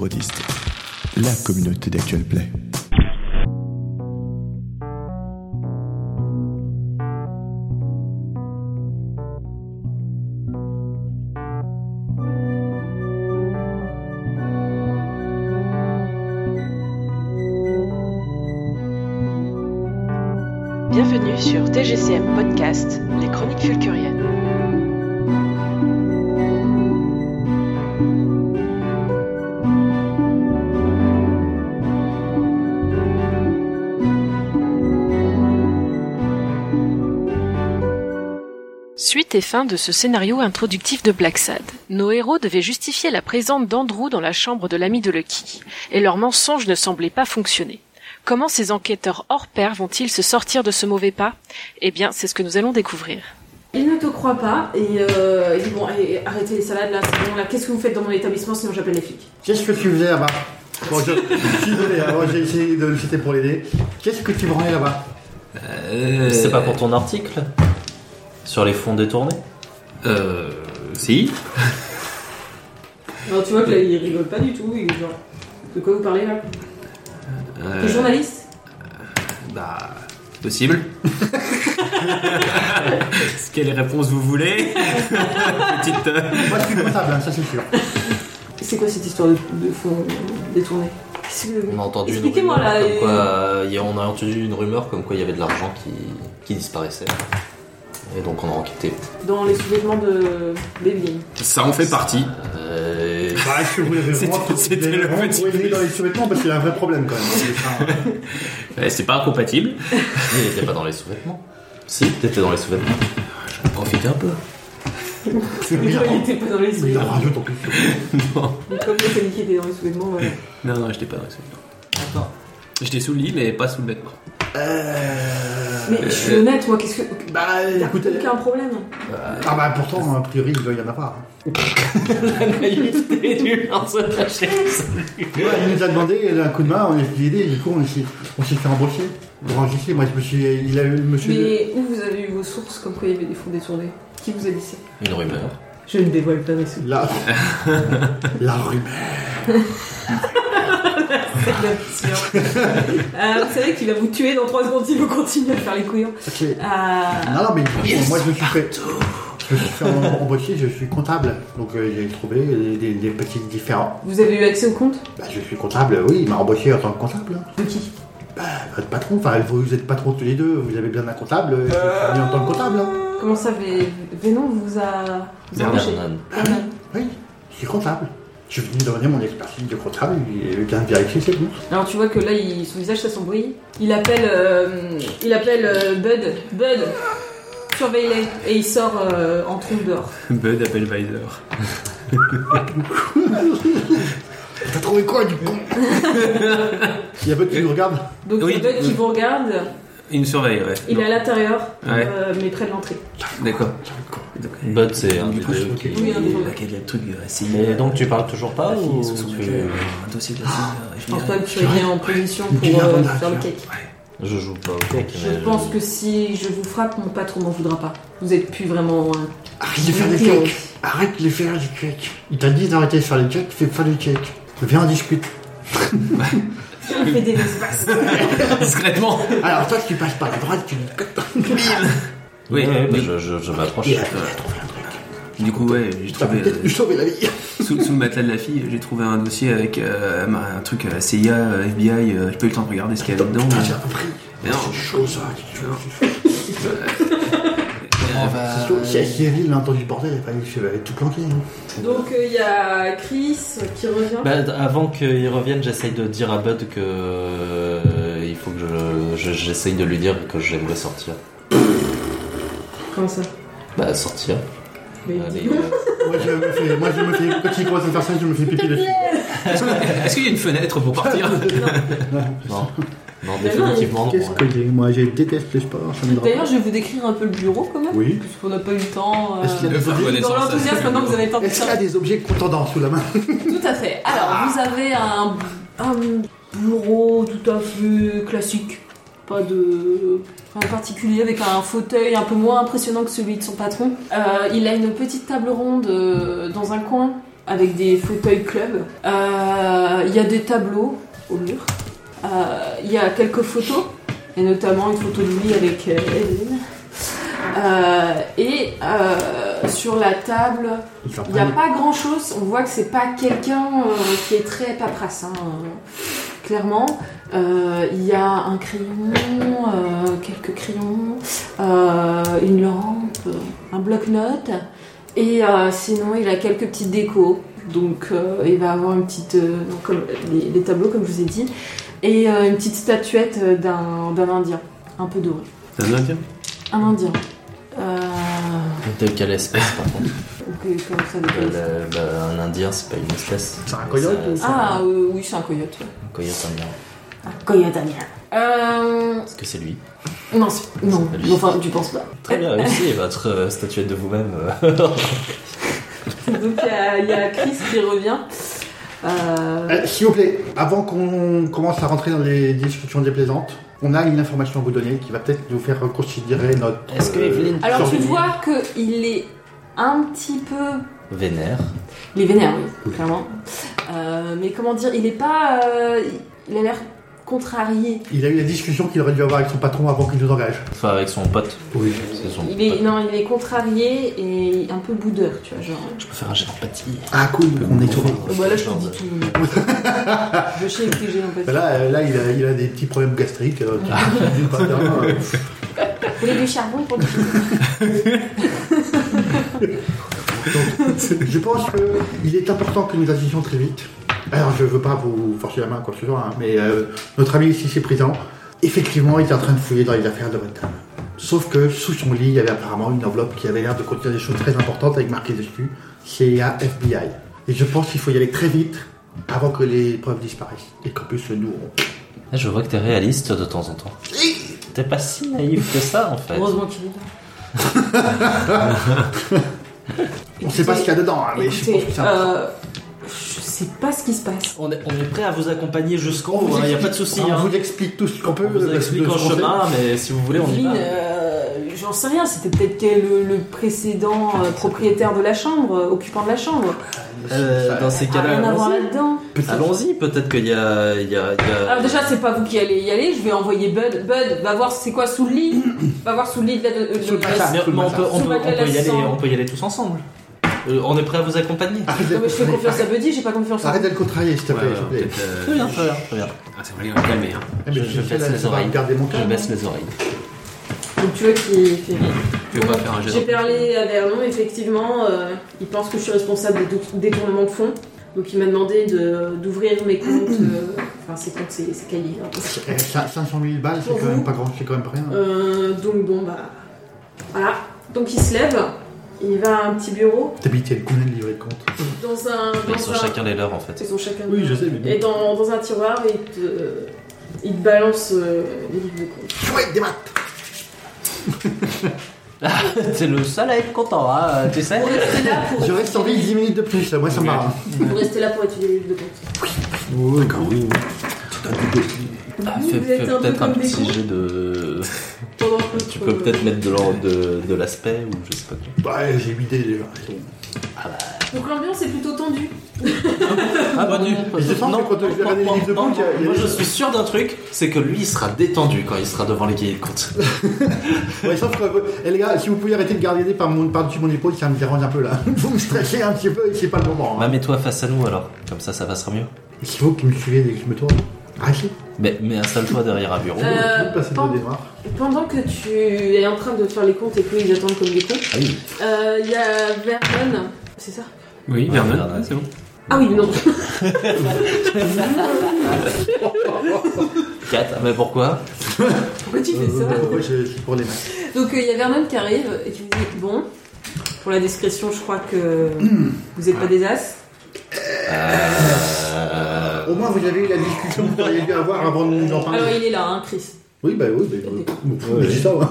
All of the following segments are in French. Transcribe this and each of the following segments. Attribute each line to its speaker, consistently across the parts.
Speaker 1: Oriste, la communauté d'actuel play.
Speaker 2: Bienvenue sur TGCM Podcast, les chroniques fulcuriennes. Suite et fin de ce scénario introductif de Black Sad. Nos héros devaient justifier la présence d'Andrew dans la chambre de l'ami de Lucky, et leur mensonge ne semblait pas fonctionner. Comment ces enquêteurs hors pair vont-ils se sortir de ce mauvais pas Eh bien, c'est ce que nous allons découvrir.
Speaker 3: Il ne te croit pas et euh, il dit bon allez, arrêtez les salades là, c'est bon là, qu'est-ce que vous faites dans mon établissement sinon j'appelle les flics
Speaker 4: Qu'est-ce que tu faisais là-bas Bon, je, je suis désolé, hein, moi, j'ai essayé de le citer pour l'aider. Qu'est-ce que tu branlais là-bas
Speaker 5: C'est pas pour ton article Sur les fonds détournés
Speaker 6: Euh. Si.
Speaker 3: Non tu vois que là il rigole pas du tout, il est genre de quoi vous parlez là
Speaker 6: Euh,
Speaker 3: T'es journaliste
Speaker 6: Bah. Possible. Ce quelles réponses vous voulez Petite. euh,
Speaker 4: Moi, je suis comptable, hein, ça c'est sûr.
Speaker 3: C'est quoi cette histoire de, de fonds détournés Qu'est-ce que-
Speaker 5: On a entendu une
Speaker 3: Expliquez-moi,
Speaker 5: rumeur
Speaker 3: là,
Speaker 5: comme
Speaker 3: et-
Speaker 5: quoi, euh, il y a- on a entendu une rumeur comme quoi il y avait de l'argent qui, qui disparaissait. Et donc on a enquêté.
Speaker 3: Dans les sous-vêtements de Bévin.
Speaker 6: Ça en fait partie.
Speaker 5: Euh,
Speaker 4: Bah, je voulais vraiment
Speaker 6: C'était- c'était le petit
Speaker 4: le dans les sous-vêtements parce qu'il y a un vrai problème quand même.
Speaker 6: Eh, C'est pas incompatible.
Speaker 5: il était pas dans les sous-vêtements. Si, t'étais dans les sous-vêtements. Profite un peu.
Speaker 4: C'est bien.
Speaker 3: Il était pas dans les
Speaker 4: Mais il en
Speaker 3: sous-vêtements.
Speaker 4: rajoute en plus.
Speaker 3: Mais Comme le Kaliki était dans les sous-vêtements, voilà.
Speaker 6: Non, non, j'étais pas dans les sous J'étais sous le lit, mais pas sous le vêtement.
Speaker 3: Mais je suis honnête, moi, qu'est-ce que.
Speaker 4: Euh, Bah,
Speaker 3: T'as
Speaker 4: écoutez.
Speaker 3: aucun problème.
Speaker 4: Ah, bah, pourtant, a priori, il doit y en avoir. hein. Ouais, il nous a demandé un coup de main, on a essayé d'aider, du coup, on s'est on s'est fait embaucher. Branche ici, moi, je me suis. Il a eu monsieur.
Speaker 3: Mais où vous avez eu vos sources comme quoi il y avait des fonds détournés Qui vous a dit ça
Speaker 5: Une rumeur.
Speaker 3: Je ne dévoile pas mes sources.
Speaker 4: La. La rumeur.
Speaker 3: Euh, vous savez qu'il va vous tuer dans 3 secondes si vous continuez à faire les couillons.
Speaker 4: Ok.
Speaker 3: Euh,
Speaker 4: Non, non, mais moi je me suis fait. Je me suis fait em- embaucher, je suis comptable. Donc euh, j'ai trouvé des, des- des petits différents.
Speaker 3: vous avez eu accès au compte
Speaker 4: Bah, je suis comptable, oui, il m'a embauché en tant que comptable. hein.
Speaker 3: De qui
Speaker 4: Bah, votre patron, enfin vous, vous êtes patron tous les deux, vous avez besoin d'un comptable, euh, je suis venu en tant que comptable. hein.
Speaker 3: Comment ça, Vé- Vénon vous a. vous a Ah, embauché
Speaker 5: Vernon.
Speaker 3: Vernon.
Speaker 4: Oui, je suis comptable. Je suis venu donner mon expertise de comptable et bien vérifier ses comptes.
Speaker 3: Alors tu vois que là, il- son visage s'assombrit. Il appelle, euh, il appelle euh, Bud. Bud, surveille-les. Et il sort euh, en trompe dehors.
Speaker 6: Bud Appelweiser.
Speaker 4: T'as trouvé quoi du con Il y a peu qui nous regarde.
Speaker 3: Donc
Speaker 6: Oui.
Speaker 3: il y a Bud qui vous regarde.
Speaker 6: Il me surveille, ouais.
Speaker 3: Il
Speaker 6: Non.
Speaker 3: est à l'intérieur,
Speaker 6: Ouais.
Speaker 3: euh, mais près de l'entrée.
Speaker 6: D'accord.
Speaker 5: Bud, c'est un des
Speaker 4: coup,
Speaker 5: deux
Speaker 4: ok.
Speaker 5: qui.
Speaker 3: Oui, un des deux.
Speaker 7: Il y a le truc de Racine.
Speaker 5: Mais donc tu parles toujours
Speaker 6: Oh,
Speaker 5: pas ou tu-
Speaker 7: Un dossier de Racine.
Speaker 3: Antoine, tu es bien en position
Speaker 4: Tu
Speaker 3: pour
Speaker 4: viens
Speaker 3: euh,
Speaker 4: dans la
Speaker 3: faire le
Speaker 4: nature.
Speaker 3: cake.
Speaker 5: Je joue pas au cake.
Speaker 3: Je
Speaker 5: mais
Speaker 3: pense que si je vous frappe, mon patron m'en voudra pas. Vous êtes plus vraiment. euh,
Speaker 4: Arrête de faire des cakes Arrête de faire des cakes Il t'a dit d'arrêter de faire les cakes, fais pas des cakes. Viens, on discute.
Speaker 3: Fais des espaces.
Speaker 6: Discrètement.
Speaker 4: Alors toi, tu passes par la droite, tu
Speaker 6: Oui,
Speaker 5: Ouais, bah,
Speaker 6: du-
Speaker 5: je, je, je m'approche.
Speaker 4: Et après, t'as trouvé un truc.
Speaker 6: du coup, ouais, j'ai
Speaker 4: Ça va
Speaker 6: trouvé.
Speaker 4: peut-être
Speaker 6: euh,
Speaker 4: lui sauver la vie.
Speaker 7: Sous, sous le matelas de la fille, j'ai trouvé un dossier avec euh, un truc euh, CIA, euh, FBI. euh, J'ai pas eu le temps de regarder ce qu'il y avait dedans.
Speaker 4: Ah,
Speaker 7: mais-
Speaker 4: j'ai appris.
Speaker 7: Mais non.
Speaker 4: C'est chaud ça. c'est chaud, c'est chaud.
Speaker 7: Euh, bah,
Speaker 4: C'est chaud. Si Cyril il a entendu le bordel, il fallait- il avait tout planqué. hein.
Speaker 3: Donc il y a Chris qui revient.
Speaker 5: Bah, d- avant qu'il revienne, j'essaye de dire à Bud que euh, il faut que je- je- j'essaye de lui dire que j'aimerais sortir.
Speaker 3: Comment ça
Speaker 5: Bah sortir.
Speaker 3: Mais
Speaker 5: Allez,
Speaker 3: dis-le.
Speaker 5: euh,
Speaker 4: Moi je me fais, moi je me fais, quand il commence à faire ça, je me fais pipi dessus.
Speaker 6: Est-ce que- est-ce qu'il y a une fenêtre pour partir
Speaker 5: non, non,
Speaker 3: Mais Bah non,
Speaker 5: définitivement non.
Speaker 4: Qu'est-ce que j'ai Moi je déteste le sport, ça m'aidera.
Speaker 3: D'ailleurs, je vais vous décrire un peu le bureau quand même.
Speaker 4: Oui.
Speaker 3: Parce qu'on n'a pas eu le temps. euh,
Speaker 4: Est-ce qu'il y a-
Speaker 6: De faire
Speaker 3: Dans
Speaker 6: connaissance.
Speaker 3: l'enthousiasme, maintenant que vous avez le temps de
Speaker 4: Est-ce qu'il y a
Speaker 3: faire.
Speaker 4: des objets contendants sous la main
Speaker 3: Tout à fait. Alors, vous avez un, un bureau tout à fait classique. Pas de. En particulier avec un fauteuil un peu moins impressionnant que celui de son patron. Euh, il a une petite table ronde euh, dans un coin avec des fauteuils club. Euh, Il y a des tableaux au mur. Euh, Il y a quelques photos, et notamment une photo de lui avec euh, Evelyn. Euh, et euh, sur la table, il n'y a pas grand chose, on voit que c'est pas quelqu'un euh, qui est très paperasse, hein, euh, clairement. Euh, Il y a un crayon, euh, quelques crayons, euh, une lampe, euh, un bloc-notes, et euh, sinon il a quelques petites décos. Donc euh, il va avoir une petite, euh, donc, comme les, les tableaux comme je vous ai dit, et euh, une petite statuette euh, d'un d'un indien, un peu doré.
Speaker 5: Ça doit dire
Speaker 3: Un indien. Euh,
Speaker 5: De quelle espèce par contre
Speaker 3: ok, comment ça
Speaker 5: Euh,
Speaker 3: s'appelle
Speaker 5: le- bah, Un indien, c'est pas une espèce.
Speaker 4: C'est un coyote,
Speaker 5: Ça- ça-
Speaker 3: Ah euh, oui, c'est un coyote. ouais.
Speaker 5: Un coyote indien.
Speaker 3: Un coyote indien. Euh,
Speaker 5: Est-ce que c'est lui
Speaker 3: non, c'est- non,
Speaker 5: C'est pas lui.
Speaker 3: enfin, tu penses pas.
Speaker 5: Très bien réussi, votre euh, statuette de vous-même. euh.
Speaker 3: Donc il y, a- il y a Chris qui revient. Euh,
Speaker 4: Euh, S'il vous plaît, avant qu'on commence à rentrer dans les discussions déplaisantes, on a une information à vous donner qui va peut-être nous faire reconsidérer notre. euh,
Speaker 5: Est-ce que Evelyne-
Speaker 3: alors tu
Speaker 4: survie.
Speaker 3: vois qu'il est un petit peu.
Speaker 5: Vénère.
Speaker 3: Il est vénère, oui, clairement. Euh, mais comment dire, il est pas. euh, il a l'air contrarié.
Speaker 4: Il a eu la discussion qu'il aurait dû avoir avec son patron avant qu'il nous engage.
Speaker 5: Enfin, avec son pote.
Speaker 4: Oui.
Speaker 5: C'est son
Speaker 3: Il est,
Speaker 5: pote.
Speaker 3: non, il est contrarié et un peu boudeur, tu vois, genre.
Speaker 5: Je peux faire un jet hein, d'empathie.
Speaker 4: Ah cool, on est sauvé.
Speaker 3: Bon, bah, là, je te dis tout. je sais que j'ai un peu.
Speaker 4: Là, euh, là il, a, il a des petits problèmes gastriques. euh, qui- qui vont pas bien, euh.
Speaker 3: Vous voulez du charbon pour
Speaker 4: Je pense qu'il est important que nous agissions très vite. Alors, je veux pas vous forcer la main, quoi que ce soit, hein, mais euh, notre ami ici, c'est présent. Effectivement, il est en train de fouiller dans les affaires de votre dame. Sauf que sous son lit, il y avait apparemment une enveloppe qui avait l'air de contenir des choses très importantes avec marqué dessus CIA, FBI. Et je pense qu'il faut y aller très vite avant que les preuves disparaissent et qu'en plus nous on...
Speaker 5: Ah, Je vois que t'es réaliste de temps en temps. T'es pas si naïf que ça en fait.
Speaker 3: Heureusement qu'il est là.
Speaker 4: on sait pas ce qu'il y a dedans, hein, mais je pense
Speaker 3: Écoutez,
Speaker 4: que c'est important.
Speaker 3: euh, je sais pas ce qui se passe.
Speaker 5: On est, on est prêt à vous accompagner jusqu'au
Speaker 4: On vous
Speaker 5: bout, il n'y euh, a
Speaker 4: explique-
Speaker 5: pas de souci.
Speaker 4: On
Speaker 5: hein.
Speaker 4: vous explique tout ce qu'on peut.
Speaker 5: On vous
Speaker 4: euh, de
Speaker 5: explique
Speaker 4: ce
Speaker 5: en
Speaker 4: qu'on sait.
Speaker 5: chemin, mais si vous voulez, on y
Speaker 3: Lynn,
Speaker 5: va.
Speaker 3: euh, j'en sais rien, c'était peut-être quel le, le précédent euh, propriétaire de la chambre, euh, occupant de la chambre.
Speaker 5: Euh, dans ces
Speaker 3: Ça n'a
Speaker 5: cas-là,
Speaker 3: rien à voir
Speaker 5: allons-y.
Speaker 3: là-dedans.
Speaker 5: Allons-y, peut-être qu'il y a. il y a- il y a-
Speaker 3: Alors déjà,
Speaker 4: Ah,
Speaker 3: c'est pas vous qui allez y aller, je vais envoyer Bud. Bud, va voir c'est quoi sous le lit. va voir sous le lit de la... de- de-
Speaker 4: Sous le
Speaker 3: de-
Speaker 4: placard.
Speaker 5: Mais- mais on, peut, on,
Speaker 3: Sous
Speaker 5: peut, on, peut y
Speaker 3: matelas
Speaker 5: aller,
Speaker 3: sans.
Speaker 5: on peut y aller tous ensemble. Ah, Euh, on est prêt à vous accompagner.
Speaker 4: Arrête
Speaker 3: Non, mais je fais
Speaker 4: d'être-
Speaker 3: confiance à Buddy, j'ai pas confiance en
Speaker 4: Arrête d'être contrarié, s'il te plaît. s'il te plaît.
Speaker 5: Très bien, très bien, très bien.
Speaker 6: euh, Ah, c'est vrai, on va calmer. Hein.
Speaker 4: Eh, mais
Speaker 5: Je,
Speaker 4: tu
Speaker 5: je
Speaker 4: sais,
Speaker 5: baisse
Speaker 4: là,
Speaker 5: les
Speaker 4: tu vas
Speaker 5: oreilles.
Speaker 4: regarder mon
Speaker 5: Je
Speaker 4: calme.
Speaker 5: baisse les oreilles.
Speaker 3: Donc tu vois qu'il fait rire.
Speaker 6: Tu veux pas faire un jet
Speaker 3: J'ai
Speaker 6: d'empathie
Speaker 3: parlé à Vernon, effectivement, euh, il pense que je suis responsable de dou- détournement de fonds. Donc il m'a demandé de- d'ouvrir mes comptes, euh, enfin ses comptes, ses, ses cahiers. hein.
Speaker 4: Eh, ça- 500 000 balles, c'est
Speaker 3: Pour
Speaker 4: quand même
Speaker 3: vous.
Speaker 4: pas grand, c'est quand même pas rien.
Speaker 3: Euh, donc bon, bah voilà. Donc il se lève, il va à un petit bureau,
Speaker 4: T'habites, il y a combien de livrets de compte
Speaker 3: dans un. Dans
Speaker 5: Ils sont
Speaker 3: un-
Speaker 5: chacun les leurs en fait.
Speaker 3: Ils sont chacun.
Speaker 4: Oui, je sais, mais bon.
Speaker 3: Et dans, dans un tiroir, il te, il te balance euh, les livres de comptes.
Speaker 4: Chouette, des maths
Speaker 5: C'est le seul à être content, hein, tu sais.
Speaker 3: Pour rester là pour.
Speaker 4: Je reste en vie 10 minutes de plus, moi ça me hein. marre.
Speaker 3: Pour rester là pour étudier les livres de comptes. Vous
Speaker 5: Ah, Fais,
Speaker 3: êtes
Speaker 5: fais
Speaker 3: un peu
Speaker 5: peut-être un
Speaker 3: comme des
Speaker 5: petit
Speaker 3: cons.
Speaker 5: jet de.
Speaker 3: Pendant que
Speaker 5: Tu peux peut-être mettre de l'or- de de l'aspect ou je sais pas quoi.
Speaker 4: Bah, j'ai bidé déjà. c'est bon.
Speaker 3: Donc l'ambiance est plutôt tendue.
Speaker 5: Ah bah non,
Speaker 4: Et je sens que quand je vais regarder les livres de compte, il y a- il y a
Speaker 5: Moi
Speaker 4: des-
Speaker 5: je suis sûr d'un truc, c'est que lui il sera détendu quand il sera devant les cahiers de compte.
Speaker 4: Ouais, sauf que, eh, les gars, si vous pouvez arrêter de garder par mon, par-dessus mon épaule, ça me dérange un peu là. Vous me stressez un petit peu et c'est pas le moment.
Speaker 5: Bah
Speaker 4: hein.
Speaker 5: mets-toi face à nous alors, comme ça ça passera mieux.
Speaker 4: Il faut que vous me suiviez dès que je me tourne. Arrêtez.
Speaker 5: Mais, mais installe-toi derrière un bureau.
Speaker 3: Euh,
Speaker 4: Je vais passer
Speaker 3: pan-
Speaker 4: de démarre.
Speaker 3: Pendant que tu es en train de faire les comptes et que ils attendent comme des cons,
Speaker 5: Ah oui.
Speaker 3: euh, il y a Vernon, c'est ça
Speaker 6: Oui,
Speaker 5: Ouais,
Speaker 6: Vernon.
Speaker 5: Vernon.
Speaker 6: Ah, c'est bon.
Speaker 3: Ah oui, non.
Speaker 5: 4, Ah, mais pourquoi
Speaker 3: Pourquoi tu fais ça
Speaker 4: Euh, Pourquoi je je suis pour les maths
Speaker 3: Donc euh, il y a Vernon qui arrive et qui lui dit Bon, pour la discrétion, je crois que vous n'êtes pas des as.
Speaker 5: Euh,
Speaker 4: Au moins, vous avez eu la discussion que vous auriez dû avoir avant de nous en
Speaker 3: Alors
Speaker 4: parler.
Speaker 3: il est là, hein, Chris,
Speaker 4: Oui, bah oui, bah, euh,
Speaker 5: Ouais.
Speaker 4: je dis ça, ouais.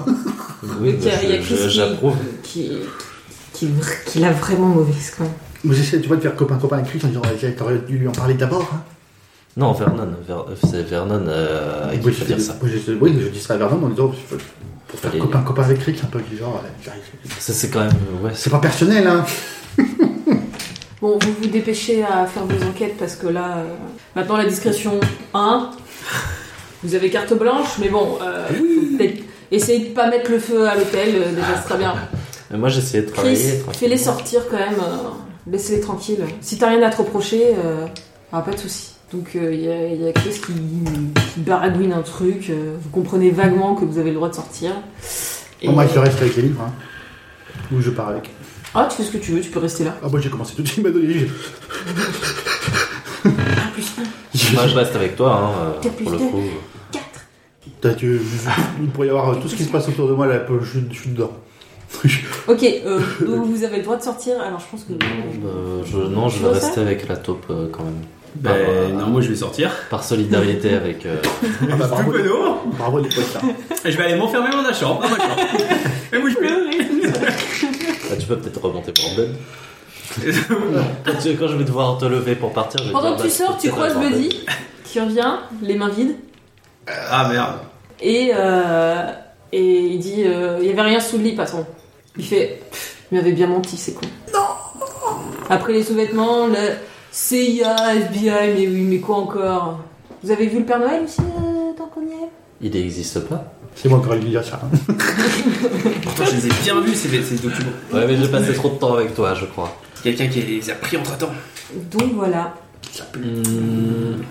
Speaker 5: Oui, bah,
Speaker 3: Ok, il y a
Speaker 5: je-
Speaker 3: Chris
Speaker 5: je-
Speaker 3: qui-
Speaker 5: J'approuve.
Speaker 3: qui, qui, vr- qui l'a vraiment mauvaise quand même.
Speaker 4: Moi j'essaie tu vois de faire copain copain avec Chris en disant Ouais, t'aurais dû lui en parler d'abord. Hein.
Speaker 5: Non, Vernon, Ver- c'est Vernon euh, à qui
Speaker 4: Moi,
Speaker 5: faut
Speaker 4: je-
Speaker 5: dire ça.
Speaker 4: moi, je- oui, je dis ça à Vernon en disant faut- pour faire
Speaker 5: Et-
Speaker 4: copain copain avec Chris un peu du genre ouais, euh, j'arrive.
Speaker 5: Ça c'est quand même. Ouais,
Speaker 4: C'est pas personnel hein.
Speaker 3: Bon, vous vous dépêchez à faire vos enquêtes parce que là, euh, maintenant la discrétion 1, vous avez carte blanche, mais bon, euh, faut peut-être essayez de pas mettre le feu à l'hôtel, euh, déjà c'est très bien.
Speaker 5: Mais moi, j'essayais de
Speaker 3: Chris,
Speaker 5: travailler. tranquille.
Speaker 3: fais-les sortir quand même, euh, laisse-les tranquilles. Si t'as rien à te reprocher, euh, ah, pas de soucis. Donc il y, a- y a Chris qui, qui baragouine un truc, euh, vous comprenez vaguement que vous avez le droit de sortir. Et-
Speaker 4: Bon, moi, je reste avec les livres. hein. Ou je pars avec.
Speaker 3: Ah, tu fais ce que tu veux, tu peux rester là.
Speaker 4: Ah, moi, j'ai commencé tout de suite à donner les livres.
Speaker 3: Un plus
Speaker 5: Moi, je reste avec toi, hein, euh,
Speaker 3: T'as plus
Speaker 5: pour le
Speaker 3: de-
Speaker 5: coup.
Speaker 3: 4.
Speaker 4: T'as- tu- euh, Il pourrait y avoir euh, tout ce qui se passe autour de moi, là, je, je suis dedans.
Speaker 3: Ok, euh, donc vous avez le droit de sortir, alors je pense que.
Speaker 5: Euh, je- non, je
Speaker 3: Tu
Speaker 5: vais
Speaker 3: veux ça
Speaker 5: rester avec la taupe euh, quand même.
Speaker 6: Bah,
Speaker 5: euh,
Speaker 6: non, moi je vais sortir.
Speaker 5: Par solidarité avec. euh,
Speaker 4: Ah, bah, bravo,
Speaker 6: Plus
Speaker 4: les-
Speaker 6: penaud.
Speaker 4: bravo les potes, là.
Speaker 6: Et Je vais aller m'enfermer dans ma chambre. Dans ma chambre. Et bouge plus.
Speaker 5: ah, tu peux peut-être remonter pour bed. Quand, tu- quand je vais devoir te lever pour partir, je vais
Speaker 3: Pendant
Speaker 5: te
Speaker 3: que
Speaker 5: dire,
Speaker 3: tu
Speaker 5: bah,
Speaker 3: sors,
Speaker 5: peux
Speaker 3: tu
Speaker 5: peut-être Ben.
Speaker 3: croises
Speaker 5: aller pour bed.
Speaker 3: Buddy, qui revient, les mains vides,
Speaker 6: Ah merde.
Speaker 3: et, euh, et il dit euh, Il y avait rien sous le lit, patron. Il fait Pff, Il m'avait bien menti, c'est con. Non Après les sous-vêtements, le CIA, FBI, mais oui, mais quoi encore Vous avez vu le Père Noël aussi, euh, tant qu'on y est
Speaker 5: Il n'existe pas.
Speaker 4: C'est moi encore lui dire ça. hein.
Speaker 7: Pourtant, je les ai bien vus ces, ces documents.
Speaker 5: Ouais, mais j'ai passé trop de temps avec toi, je crois.
Speaker 7: Quelqu'un qui les a pris entre temps.
Speaker 3: Donc voilà.
Speaker 5: Hmm.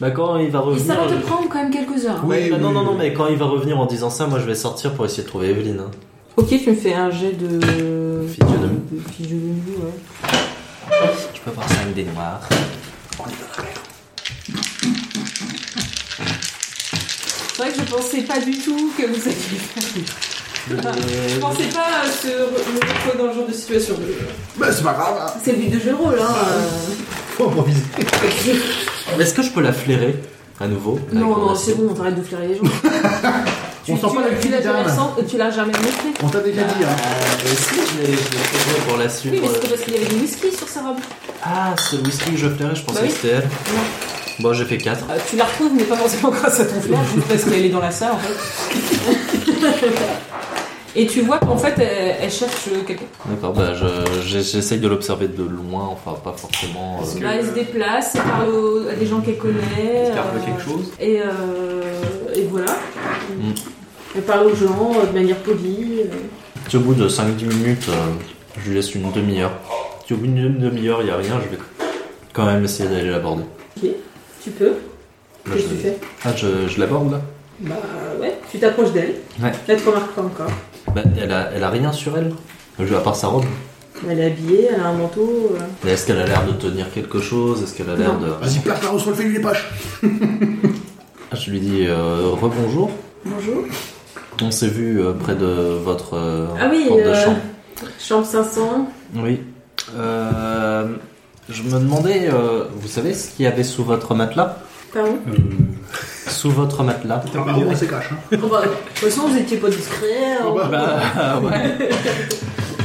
Speaker 5: Bah, quand il va
Speaker 3: Et
Speaker 5: revenir.
Speaker 3: ça va te
Speaker 5: je-
Speaker 3: prendre quand même quelques heures. hein.
Speaker 5: Ouais,
Speaker 4: Oui,
Speaker 5: bah, non,
Speaker 4: oui,
Speaker 5: non, non,
Speaker 4: oui.
Speaker 5: mais quand il va revenir en disant ça, moi je vais sortir pour essayer de trouver Evelyne. hein.
Speaker 3: Ok, tu me fais un jet de.
Speaker 5: Physionomie.
Speaker 3: de physionomie, ouais.
Speaker 5: Je peux voir ça avec des noirs.
Speaker 3: C'est vrai que je pensais pas du tout que vous alliez faire. Je pensais pas euh, se re- me retrouver dans le genre de situation.
Speaker 4: Bah, c'est pas grave, hein.
Speaker 3: C'est le but de jeu de rôle, hein.
Speaker 4: faut improviser.
Speaker 5: Est-ce que je peux la flairer à nouveau avec
Speaker 3: Non,
Speaker 5: mon
Speaker 3: non,
Speaker 5: acier
Speaker 3: c'est bon, on t'arrête de flairer les gens. tu
Speaker 4: On sent
Speaker 3: tu-
Speaker 4: pas la
Speaker 3: tu l'as
Speaker 4: petite
Speaker 3: jamais
Speaker 4: dame.
Speaker 3: sent- tu l'as jamais montré.
Speaker 4: On t'a déjà dit, hein.
Speaker 5: Euh, si, je l'ai je l'ai flairer pour la suivre.
Speaker 3: Oui, mais c'était parce qu'il y avait du whisky sur sa robe.
Speaker 5: Ah, c'est le whisky que je flairais, je pensais
Speaker 3: Bah oui.
Speaker 5: que c'était elle. Bon, j'ai fait 4.
Speaker 3: Euh, tu la retrouves, mais pas forcément grâce à ton flair, juste parce qu'elle est dans la salle en fait. Et tu vois qu'en fait, elle, elle cherche euh, quelqu'un.
Speaker 5: D'accord, bah je- j'ai- j'essaye de l'observer de loin, enfin pas forcément. euh,
Speaker 3: Là, elle se déplace, elle parle aux- à des gens qu'elle connaît.
Speaker 7: J'espère qu'il y a
Speaker 3: euh,
Speaker 7: quelque chose.
Speaker 3: Et, euh, et voilà.
Speaker 5: Mm.
Speaker 3: Elle parle aux gens euh, de manière polie. euh.
Speaker 5: Si au bout de 5-10 minutes, euh, je lui laisse une demi-heure. Si au bout d'une demi-heure, il n'y a rien, je vais quand même essayer d'aller l'aborder.
Speaker 3: Ok, tu peux.
Speaker 5: Là,
Speaker 3: Qu'est-ce
Speaker 5: je-
Speaker 3: que tu fais
Speaker 5: Ah, je, je l'aborde là
Speaker 3: Bah ouais, tu t'approches d'elle.
Speaker 5: Ouais.
Speaker 3: Elle te remarque pas encore.
Speaker 5: Bah, elle a, elle a rien sur elle, Je- à part sa robe.
Speaker 3: Elle est habillée, elle a un manteau. euh.
Speaker 5: Mais est-ce qu'elle a l'air de tenir quelque chose Est-ce qu'elle a l'air de.
Speaker 4: Vas-y, plaque là, on se le fait, lui, les poches.
Speaker 5: Ah, Je lui dis euh, rebonjour.
Speaker 3: Bonjour.
Speaker 5: On s'est vu euh, près de votre euh,
Speaker 3: Ah oui,
Speaker 5: porte de
Speaker 3: euh,
Speaker 5: chambre.
Speaker 3: Chambre 500.
Speaker 5: Oui. Euh, je me demandais, euh, vous savez ce qu'il y avait sous votre matelas
Speaker 3: Pardon
Speaker 5: Sous votre matelas.
Speaker 4: Ah, bah, on se cache, hein.
Speaker 3: Oh, bah, De toute façon, vous étiez pas discret. hein.
Speaker 4: bah,
Speaker 5: Bah ouais.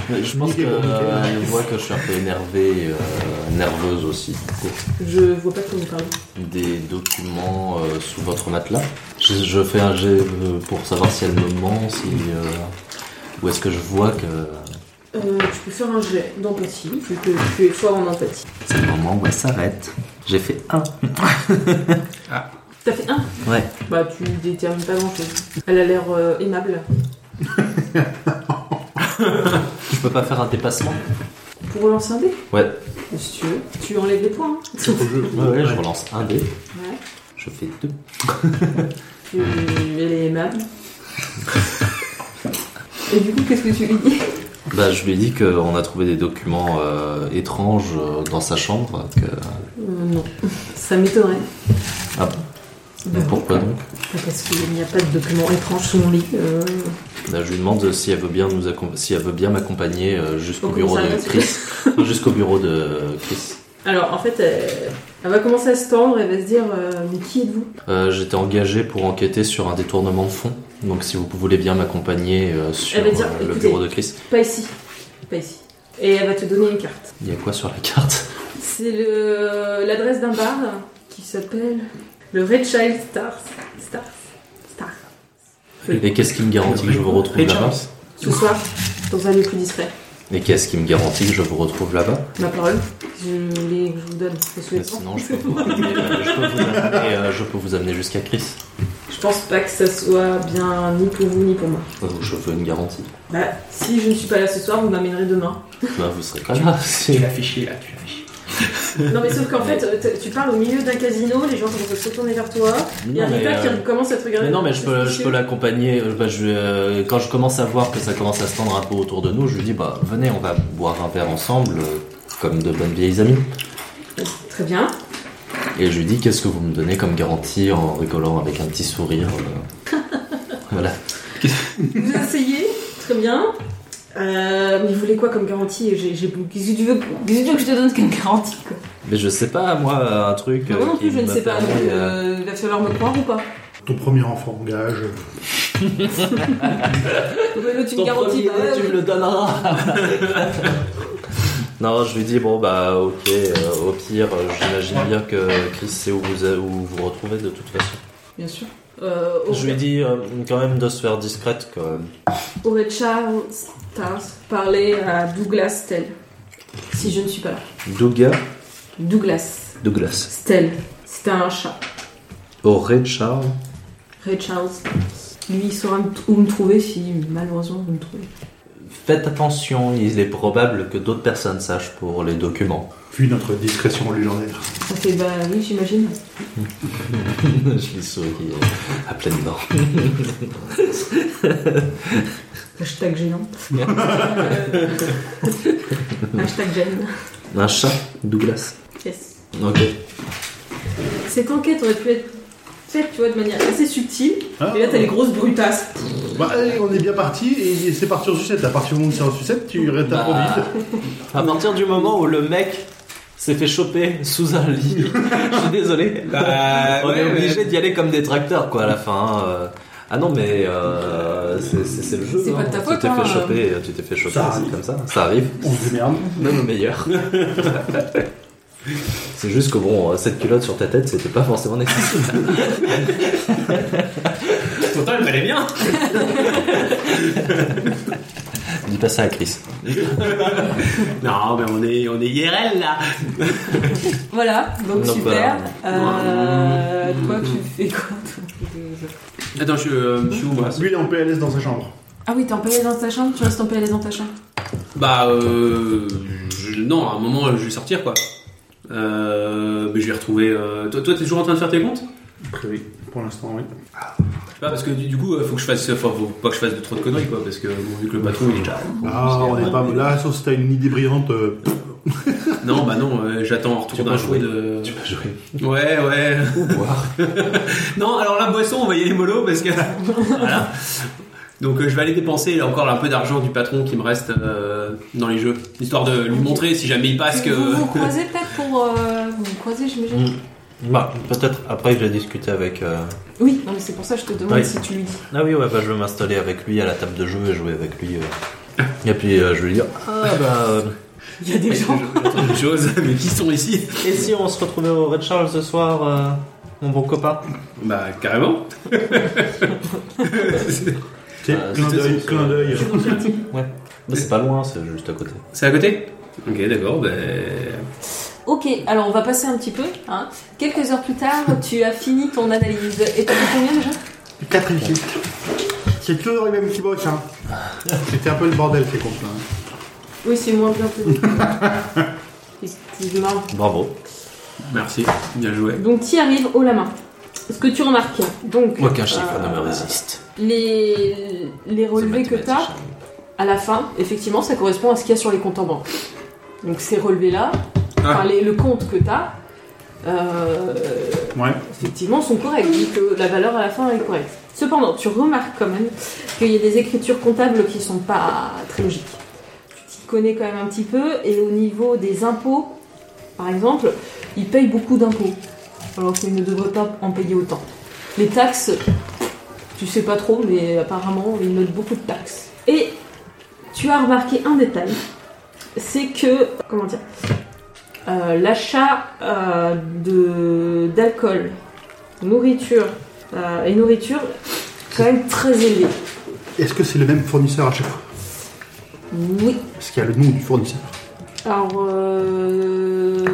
Speaker 5: Mais Je pense que
Speaker 4: Nickel, nickel.
Speaker 5: euh, elle voit que je suis un peu énervé, euh, nerveuse aussi. du coup.
Speaker 3: Je vois pas de quoi vous parlez.
Speaker 5: Des documents euh, sous votre matelas. Je, je fais un jet euh, pour savoir si elle me ment, si euh, ou est-ce que je vois que
Speaker 3: Euh, tu peux faire un jet d'empathie, vu que tu es fort en empathie.
Speaker 5: c'est le moment où elle s'arrête. J'ai fait un.
Speaker 3: T'as fait un
Speaker 5: Ouais.
Speaker 3: Bah tu détermines pas grand chose. Elle a l'air euh, aimable.
Speaker 5: Je peux pas faire un dépassement.
Speaker 3: Pour relancer un dé
Speaker 5: Ouais.
Speaker 3: Si tu veux. Tu enlèves les points. hein.
Speaker 4: C'est au jeu.
Speaker 5: Ouais, ouais, je relance un dé.
Speaker 3: Ouais.
Speaker 5: Je fais deux.
Speaker 3: Tu... Elle est aimable. Et du coup, qu'est-ce que tu lui dis
Speaker 5: Bah, je lui ai dit qu'on a trouvé des documents euh, étranges euh, dans sa chambre. Que...
Speaker 3: Euh, Non. Ça m'étonnerait.
Speaker 5: Ah bon Mais Pourquoi donc
Speaker 3: Parce qu'il n'y a pas de document étrange sous mon lit. euh,
Speaker 5: Bah, Je lui demande si elle veut bien nous accom- si elle veut bien m'accompagner euh, jusqu'au
Speaker 3: Au
Speaker 5: bureau de
Speaker 3: commissariat,
Speaker 5: Chris. jusqu'au bureau de Chris.
Speaker 3: Alors en fait, elle... elle va commencer à se tendre, elle va se dire euh, Mais qui êtes-vous
Speaker 5: Euh, J'étais engagé pour enquêter sur un détournement de fonds. Donc si vous voulez bien m'accompagner euh, sur
Speaker 3: Elle va dire,
Speaker 5: euh, le
Speaker 3: Eh ben, écoutez.
Speaker 5: bureau de Chris.
Speaker 3: Pas ici. Pas ici. Et elle va te donner une carte.
Speaker 5: Il y a quoi sur la carte
Speaker 3: C'est le- l'adresse d'un bar qui s'appelle le Red Child Stars. Stars. Stars. Oui.
Speaker 5: Et qu'est-ce qui me garantit que je vous retrouve
Speaker 6: Et
Speaker 5: là-bas
Speaker 6: Charles.
Speaker 3: Ce soir, dans un lieu plus discret.
Speaker 5: Et qu'est-ce qui me garantit que je vous retrouve là-bas
Speaker 3: Ma parole, je, les- je vous donne. parce que-
Speaker 5: Parce que Sinon, je peux vous amener, euh, je peux vous amener, euh, je peux vous amener jusqu'à Chris.
Speaker 3: Je pense pas que ça soit bien ni pour vous ni pour moi.
Speaker 5: Donc, Euh, je veux une garantie.
Speaker 3: Bah, si je ne suis pas là ce soir, vous m'amènerez demain.
Speaker 5: Bah, vous serez pas là.
Speaker 7: Tu
Speaker 5: si-
Speaker 7: l'as fait chier là, tu l'as fait chier.
Speaker 3: Non, mais sauf qu'en fait, euh, t- tu parles au milieu d'un casino, les gens commencent à se retourner vers toi. Il y a
Speaker 5: Non, mais,
Speaker 3: Rita qui
Speaker 5: euh,
Speaker 3: commence à te regarder.
Speaker 5: mais non, mais je peux, je peux l'accompagner. euh, bah, je vais, euh, quand je commence à voir que ça commence à se tendre un peu autour de nous, je lui dis bah venez, on va boire un verre ensemble, euh, comme de bonnes vieilles amies.
Speaker 3: Très bien.
Speaker 5: Et je lui dis qu'est-ce que vous me donnez comme garantie en rigolant avec un petit sourire. euh. voilà.
Speaker 3: Vous essayez, très bien. Euh, mais vous voulez quoi comme garantie J'ai- j'ai- Qu'est-ce que tu veux qu'est-ce que tu veux que je te donne comme garantie quoi
Speaker 5: Mais je sais pas, moi, un truc.
Speaker 3: Non,
Speaker 5: euh,
Speaker 3: Moi non
Speaker 5: qui
Speaker 3: plus, je ne
Speaker 5: me
Speaker 3: sais pas.
Speaker 5: permet,
Speaker 3: donc,
Speaker 5: euh,
Speaker 3: euh, il va falloir me croire ou pas
Speaker 4: Ton premier enfant, gage.
Speaker 3: Donc, l'autre, tu me garantis pas.
Speaker 5: tu me le donneras. non, je lui dis bon bah ok, euh, au pire, euh, j'imagine bien que Chris sait où vous où vous vous retrouvez de toute façon.
Speaker 3: Bien sûr. Euh, au-
Speaker 5: Je lui dis euh, quand même de se faire discrète euh, quand même.
Speaker 3: aurait Charles Stars parlé à Douglas Stell si je ne suis pas là.
Speaker 5: Douga,
Speaker 3: Douglas
Speaker 5: Douglas,
Speaker 3: Stell, c'était un chat.
Speaker 5: au Red Charles.
Speaker 3: Ray Charles, lui, il saura me- où me trouver si malheureusement vous me trouvez.
Speaker 5: Faites attention, il est probable que d'autres personnes sachent pour les documents.
Speaker 4: Vu notre discrétion légendaire.
Speaker 3: Ça fait bah oui, j'imagine.
Speaker 5: je lui souris euh, à pleines dents.
Speaker 3: Hashtag gênant. Hashtag gêne.
Speaker 5: Un chat, Douglas.
Speaker 3: Yes.
Speaker 5: Ok.
Speaker 3: Cette enquête aurait pu être faite, tu vois, de manière assez subtile.
Speaker 4: Ah.
Speaker 3: Et là, t'as les grosses brutasses.
Speaker 4: Bah, allez, on est bien parti et c'est parti en sucette. À partir du moment où c'est en sucette, tu restes
Speaker 5: Bah,
Speaker 4: improvisé.
Speaker 5: à partir du moment où le mec s'est fait choper sous un lit, je suis désolé,
Speaker 7: Bah,
Speaker 4: Ah
Speaker 5: on
Speaker 7: ouais,
Speaker 5: est
Speaker 7: ouais.
Speaker 5: obligé d'y aller comme des tracteurs quoi à la fin. hein, euh. Ah non mais euh, c'est- c'est c'est le jeu.
Speaker 3: C'est
Speaker 5: hein.
Speaker 3: pas de ta faute,
Speaker 5: Tu t'es
Speaker 3: hein,
Speaker 5: fait choper, euh, tu t'es fait choper,
Speaker 4: Ça
Speaker 5: c'est
Speaker 4: arrive.
Speaker 5: comme ça, ça arrive.
Speaker 4: On se démerde.
Speaker 5: Même au meilleur. C'est juste que bon, euh, cette culotte sur ta tête, c'était pas forcément nécessaire.
Speaker 6: Pourtant, elle m'allait bien.
Speaker 5: Dis pas ça à Chris.
Speaker 6: Non, mais on est, on est IRL là.
Speaker 3: Voilà, donc
Speaker 5: Non,
Speaker 3: super. Euh, toi, tu fais quoi toi
Speaker 6: Attends, je, euh, je suis où moi
Speaker 4: Lui, il est en PLS dans sa chambre.
Speaker 3: Ah oui, t'es en PLS dans ta chambre Tu restes en PLS dans ta chambre
Speaker 6: Bah, euh. je- non, à un moment, je vais sortir quoi. Euh, mais je vais retrouver. euh, Toi, toi, t'es toujours en train de faire tes comptes
Speaker 4: Oui, pour l'instant, oui.
Speaker 6: Je sais pas, parce que du, du coup, euh, faut que je fasse. Enfin, faut pas que je fasse de trop de conneries quoi, parce que bon, vu que le patron il est déjà.
Speaker 4: Ah, on n'est pas là, sauf si t'as une idée brillante. euh,
Speaker 6: Non, bah non, euh, j'attends en retour
Speaker 5: Tu peux
Speaker 6: d'un
Speaker 5: jouer.
Speaker 6: jouet de.
Speaker 5: vas jouer.
Speaker 6: Ouais, ouais.
Speaker 5: Boire.
Speaker 6: Non, alors la boisson, on va y aller mollo parce que. voilà. Donc euh, je vais aller dépenser là, encore un peu d'argent du patron qui me reste euh, dans les jeux, histoire de lui montrer si jamais il passe que.
Speaker 3: Vous vous croisez peut-être pour. euh, vous vous croisez, j'imagine
Speaker 5: Bah, peut-être après que j'ai discuté avec. euh,
Speaker 3: Oui, non, mais c'est pour ça que je te demande
Speaker 5: Oui.
Speaker 3: si tu lui dis.
Speaker 5: Ah oui, ouais, bah, je vais m'installer avec lui à la table de jeu et jouer avec lui. euh. Et puis euh, je vais lui dire Ah bah. euh,
Speaker 3: Il y a des gens.
Speaker 6: J'entends des choses, mais qui sont ici
Speaker 5: et si on se retrouvait au Red Charles ce soir, euh, mon bon copain
Speaker 6: Bah carrément.
Speaker 4: tu sais,
Speaker 5: Ah,
Speaker 4: clin
Speaker 5: c'était
Speaker 4: d'œil,
Speaker 5: ça,
Speaker 4: clin
Speaker 5: ça.
Speaker 4: d'œil.
Speaker 5: Bah, C'est pas loin, c'est juste à côté.
Speaker 6: C'est à côté Ok, d'accord. Ben
Speaker 3: Ok, alors on va passer un petit peu. hein. Quelques heures plus tard, tu as fini ton analyse. Et t'as fait combien déjà
Speaker 4: Quatre réussites. C'est toujours les mêmes qui bossent, hein. C'était un peu le bordel, ces comptes là. hein.
Speaker 3: Oui, c'est moins bien que Effectivement.
Speaker 5: Bravo.
Speaker 6: merci. Bien joué.
Speaker 3: Donc tu arrives haut la main. Ce que tu remarques, donc
Speaker 5: Aucun chiffre
Speaker 3: euh,
Speaker 5: ne me résiste.
Speaker 3: les, les relevés que tu as, à la fin, effectivement, ça correspond à ce qu'il y a sur les comptes en banque. Donc ces relevés-là, enfin, les- le compte que tu as,
Speaker 4: Ouais.
Speaker 3: effectivement, sont corrects, vu que la valeur à la fin est correcte. Cependant, tu remarques quand même qu'il y a des écritures comptables qui sont pas très logiques. Tu t'y connais quand même un petit peu, et au niveau des impôts, par exemple, ils payent beaucoup d'impôts, alors qu'ils ne devraient pas en payer autant. Les taxes, tu sais pas trop, mais apparemment, ils notent beaucoup de taxes. Et tu as remarqué un détail, c'est que, comment dire, euh, l'achat euh, de- d'alcool, nourriture euh, et nourriture, quand même très élevé.
Speaker 4: Est-ce que c'est le même fournisseur à chaque fois
Speaker 3: Oui.
Speaker 4: Parce qu'il y a le nom du fournisseur.
Speaker 3: Alors, euh,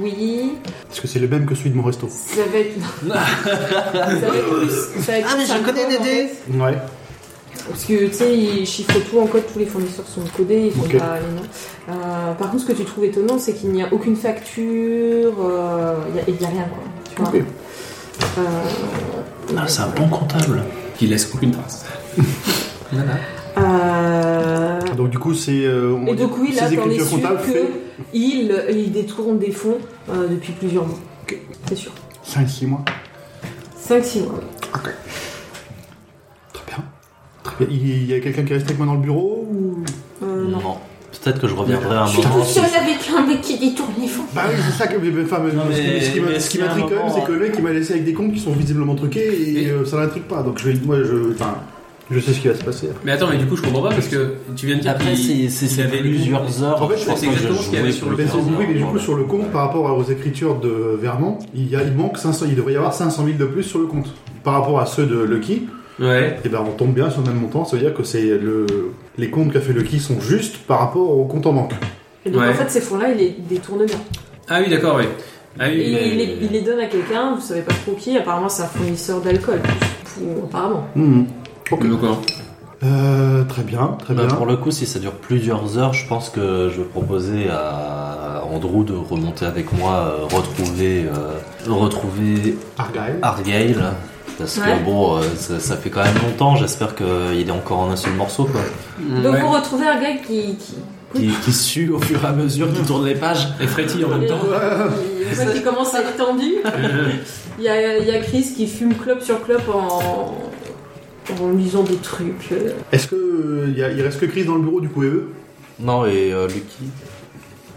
Speaker 3: oui.
Speaker 4: Parce que c'est le même que celui de mon resto.
Speaker 3: Ça va être. ça va être plus. ça va être
Speaker 7: Ah, mais je
Speaker 3: cinq
Speaker 7: connais
Speaker 3: ans, en
Speaker 7: Dédé.
Speaker 3: fait.
Speaker 4: Ouais.
Speaker 3: Parce que tu sais, ils chiffrent tout en code, tous les fournisseurs sont codés, ils font
Speaker 4: Ok.
Speaker 3: pas les noms. Euh, par contre, ce que tu trouves étonnant, c'est qu'il n'y a aucune facture, euh, il n'y a, il y a rien quoi. Tu vois.
Speaker 4: Ok.
Speaker 3: Euh,
Speaker 5: Ah, c'est un bon comptable.
Speaker 6: Qui laisse aucune trace.
Speaker 3: euh,
Speaker 4: Donc du coup, c'est. euh, on-
Speaker 3: Et donc oui, là,
Speaker 4: ces
Speaker 3: t'en es
Speaker 4: écritures
Speaker 3: sûr
Speaker 4: comptables
Speaker 3: que
Speaker 4: fait
Speaker 3: ils, ils détournent des fonds euh, depuis plusieurs mois. C'est sûr.
Speaker 4: 5-6 mois.
Speaker 3: 5-6 mois.
Speaker 4: Très bien. Très bien. Il y a quelqu'un qui reste avec moi dans le bureau ou...
Speaker 3: Euh, non.
Speaker 5: Non. Peut-être que je reviendrai
Speaker 4: Ah,
Speaker 5: un
Speaker 3: Je suis
Speaker 5: moment.
Speaker 3: toute seule avec un mec qui détourne les fonds.
Speaker 4: Bah oui, c'est ça que. Enfin, mais-
Speaker 5: Non,
Speaker 4: ce qui-
Speaker 5: mais-
Speaker 4: ce qui m'a-
Speaker 5: mais
Speaker 4: ce qui
Speaker 5: est-ce qu'il y a un
Speaker 4: m'intrigue quand même,
Speaker 5: moment,
Speaker 4: c'est que
Speaker 5: hein
Speaker 4: le mec, il m'a laissé avec des comptes qui sont visiblement truqués et
Speaker 6: Mais-
Speaker 4: euh, ça l'intrigue pas. Donc je vais. Moi, je. Enfin, je sais ce qui va se passer.
Speaker 6: Mais attends, mais du coup, je comprends pas parce que tu viens de dire
Speaker 5: Après,
Speaker 6: qu'il-
Speaker 5: c'est c'est-
Speaker 6: qu'il
Speaker 5: c'est
Speaker 6: avait
Speaker 5: plusieurs heures.
Speaker 4: En fait,
Speaker 5: je
Speaker 4: c'est
Speaker 5: pense que
Speaker 6: exactement
Speaker 5: je
Speaker 6: ce qu'il y avait
Speaker 5: jouais
Speaker 6: sur le
Speaker 5: plusieurs
Speaker 6: PC.
Speaker 5: heures.
Speaker 4: Oui, mais du coup, sur le compte, par rapport aux écritures de Vermont, il, y a, il manque 500. Il devrait y avoir 500 000 de plus sur le compte. Par rapport à ceux de Lucky,
Speaker 6: Ouais.
Speaker 4: et ben on tombe bien sur le même montant. Ça veut dire que c'est le les comptes qu'a fait Lucky sont justes par rapport au compte en banque.
Speaker 3: Et donc
Speaker 6: Ouais.
Speaker 3: en fait, ces fonds-là, ils les détournent bien.
Speaker 6: Ah oui, d'accord, oui. Ah
Speaker 3: Et
Speaker 6: oui,
Speaker 3: il,
Speaker 6: mais-
Speaker 3: les, il les donne à quelqu'un, vous savez pas trop qui, apparemment c'est un fournisseur d'alcool. Pour- Apparemment.
Speaker 4: Hmm. Ok.
Speaker 6: Donc, hein.
Speaker 4: Euh, très bien, très
Speaker 5: Bah,
Speaker 4: bien.
Speaker 5: pour le coup, si ça dure plusieurs heures, je pense que je vais proposer à Andrew de remonter avec moi, euh, retrouver, euh, retrouver
Speaker 4: Argyle.
Speaker 5: Argyle. Parce
Speaker 3: Ouais.
Speaker 5: que bon, euh, ça, ça fait quand même longtemps, j'espère qu'il est encore en un seul morceau, quoi.
Speaker 3: Donc
Speaker 6: Mm. Ouais.
Speaker 3: vous retrouvez un gars qui. qui...
Speaker 5: Qui, qui sue au fur et à mesure, qui tourne les pages.
Speaker 6: Et frétille en même
Speaker 3: Euh,
Speaker 6: temps.
Speaker 3: qui- ouais, qui commence à être tendu. Il y a, il y a Chris qui fume clope sur clope en, en lisant des trucs. euh.
Speaker 4: Est-ce que euh, il y a- il reste que Chris dans le bureau du coup et eux
Speaker 5: Non, et euh, Lucky.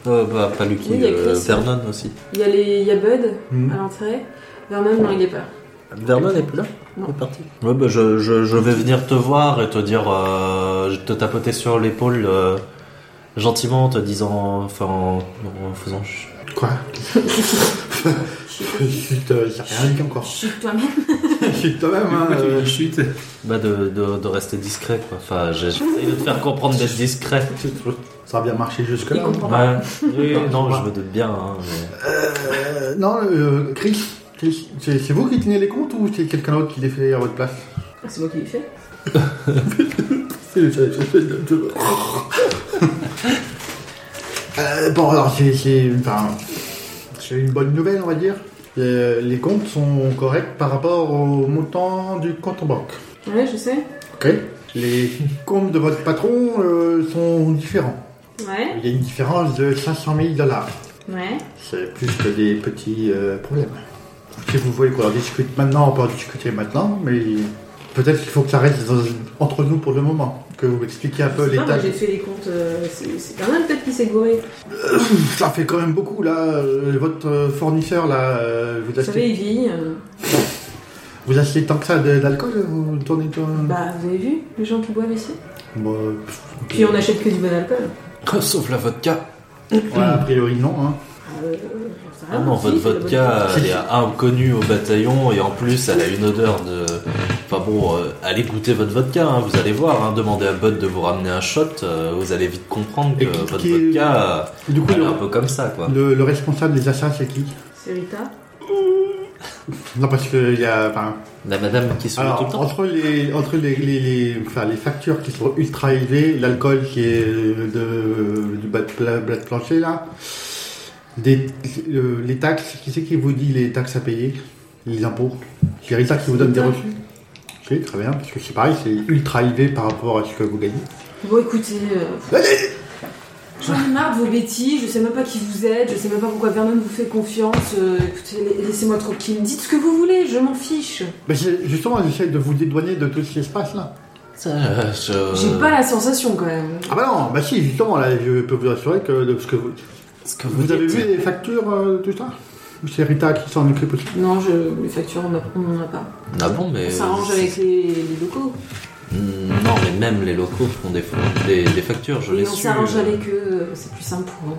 Speaker 5: Euh, bah, pas Lucky,
Speaker 3: Oui, il y a Chris.
Speaker 5: euh, Vernon aussi.
Speaker 3: Il y a, les, il y a Bud
Speaker 4: Mhm.
Speaker 3: à l'entrée. Vernon, non, il est pas.
Speaker 5: Vernon n'est plus là
Speaker 3: Non.
Speaker 5: Il est parti. Ouais, bah, je, je- je vais venir te voir et te dire, euh, je te tapoter sur l'épaule euh, gentiment en te disant, enfin, en, en faisant. ch-
Speaker 4: Quoi Chut, euh, j'ai rien dit encore.
Speaker 3: Chute toi-même.
Speaker 4: Chut, quand même. hein,
Speaker 6: Pourquoi tu
Speaker 4: euh,
Speaker 6: dis chute
Speaker 5: Bah, de, de- de rester discret, quoi. Enfin, j'ai- j'essaye de te faire comprendre d'être discret.
Speaker 4: Ça a bien marché jusque
Speaker 3: Il
Speaker 4: là.
Speaker 3: comprend pas.
Speaker 5: Ouais. Oui, non, je me doute bien. hein, mais-
Speaker 4: Euh, non, euh, Chris, Chris, c'est c'est vous qui tenez les comptes ou c'est quelqu'un d'autre qui les fait à votre place
Speaker 3: C'est moi qui l'ai fait.
Speaker 4: Euh, bon, alors, c'est- c'est enfin, c'est une bonne nouvelle, on va dire. Euh, les comptes sont corrects par rapport au montant du compte en banque.
Speaker 3: Ouais, je sais.
Speaker 4: Ok Les comptes de votre patron euh, sont différents.
Speaker 3: Ouais,
Speaker 4: Il y a une différence de 500 000 dollars.
Speaker 3: ouais.
Speaker 4: C'est plus que des petits euh, problèmes. Si vous voulez qu'on en discute maintenant, on peut en discuter maintenant, mais peut-être qu'il faut que ça reste dans- entre nous pour le moment. Que vous m'expliquiez un peu
Speaker 3: C'est pas,
Speaker 4: l'état.
Speaker 3: moi j'ai fait les comptes. euh, c'est c'est Vernon peut-être qui s'est gouré.
Speaker 4: Ça fait quand même beaucoup là. euh, Votre euh, fournisseur là, euh, vous
Speaker 3: Vous savez,
Speaker 4: achetez,
Speaker 3: il vit. euh,
Speaker 4: vous achetez tant que ça de- d'alcool Vous tournez tout.
Speaker 3: Bah, vous avez vu les gens qui boivent ici
Speaker 4: Bon, euh, pff,
Speaker 3: Puis on achète que du bon alcool.
Speaker 5: Sauf la vodka.
Speaker 4: ouais, a priori non. hein.
Speaker 3: Euh, j'en sais
Speaker 5: Ah
Speaker 3: rien,
Speaker 5: non,
Speaker 3: si,
Speaker 5: votre
Speaker 3: c'est le
Speaker 5: vodka, euh,
Speaker 4: vodka.
Speaker 5: elle est inconnue au bataillon et en plus, elle a une odeur de.
Speaker 4: Mm.
Speaker 5: Enfin bon, euh, allez goûter votre vodka, hein, vous allez voir. hein, demandez à Bud de vous ramener un shot, euh, vous allez vite comprendre que
Speaker 4: Et qui-
Speaker 5: votre
Speaker 4: qui-
Speaker 5: vodka, euh,
Speaker 4: Du coup,
Speaker 5: elle est un
Speaker 4: le,
Speaker 5: peu comme ça, quoi.
Speaker 4: le- le responsable des achats c'est qui
Speaker 3: C'est Rita.
Speaker 4: Non parce que il y a. enfin,
Speaker 5: La madame qui se tout le
Speaker 4: Alors,
Speaker 5: temps.
Speaker 4: entre les, entre les, les, les- enfin, les factures qui sont ultra élevées, l'alcool qui est euh, de, du bas de, pla- bas de plancher, là, des, euh, les taxes, qui c'est qui vous dit les taxes à payer Les impôts C'est Rita qui vous donne des reçus Oui, très bien, parce que c'est pareil, c'est ultra élevé par rapport à ce que vous gagnez.
Speaker 3: Bon, écoutez. euh, J'en ai marre de vos bêtises, je sais même pas qui vous êtes, je sais même pas pourquoi Vernon vous fait confiance. euh, écoutez, la- laissez-moi tranquille. Dites ce que vous voulez, je m'en fiche.
Speaker 4: Mais c'est- justement, j'essaie de vous dédouaner de tout cet espace-là.
Speaker 5: Ça, euh, je-
Speaker 3: J'ai pas la sensation quand même.
Speaker 4: Ah bah non, bah si, justement, là, je peux vous assurer que, de ce que vous...
Speaker 5: Ce que
Speaker 4: Vous avez
Speaker 5: dites.
Speaker 4: vu les factures, euh, tout ça Ou c'est Rita qui s'en occupe aussi
Speaker 3: Non, je, les factures, on n'en a pas.
Speaker 5: Ah bon, mais.
Speaker 3: On s'arrange avec les, les locaux.
Speaker 5: Mm, Non, mais même les locaux font des, des, des factures, je les
Speaker 3: Et
Speaker 5: suis.
Speaker 3: on s'arrange avec eux, euh, c'est plus simple pour eux.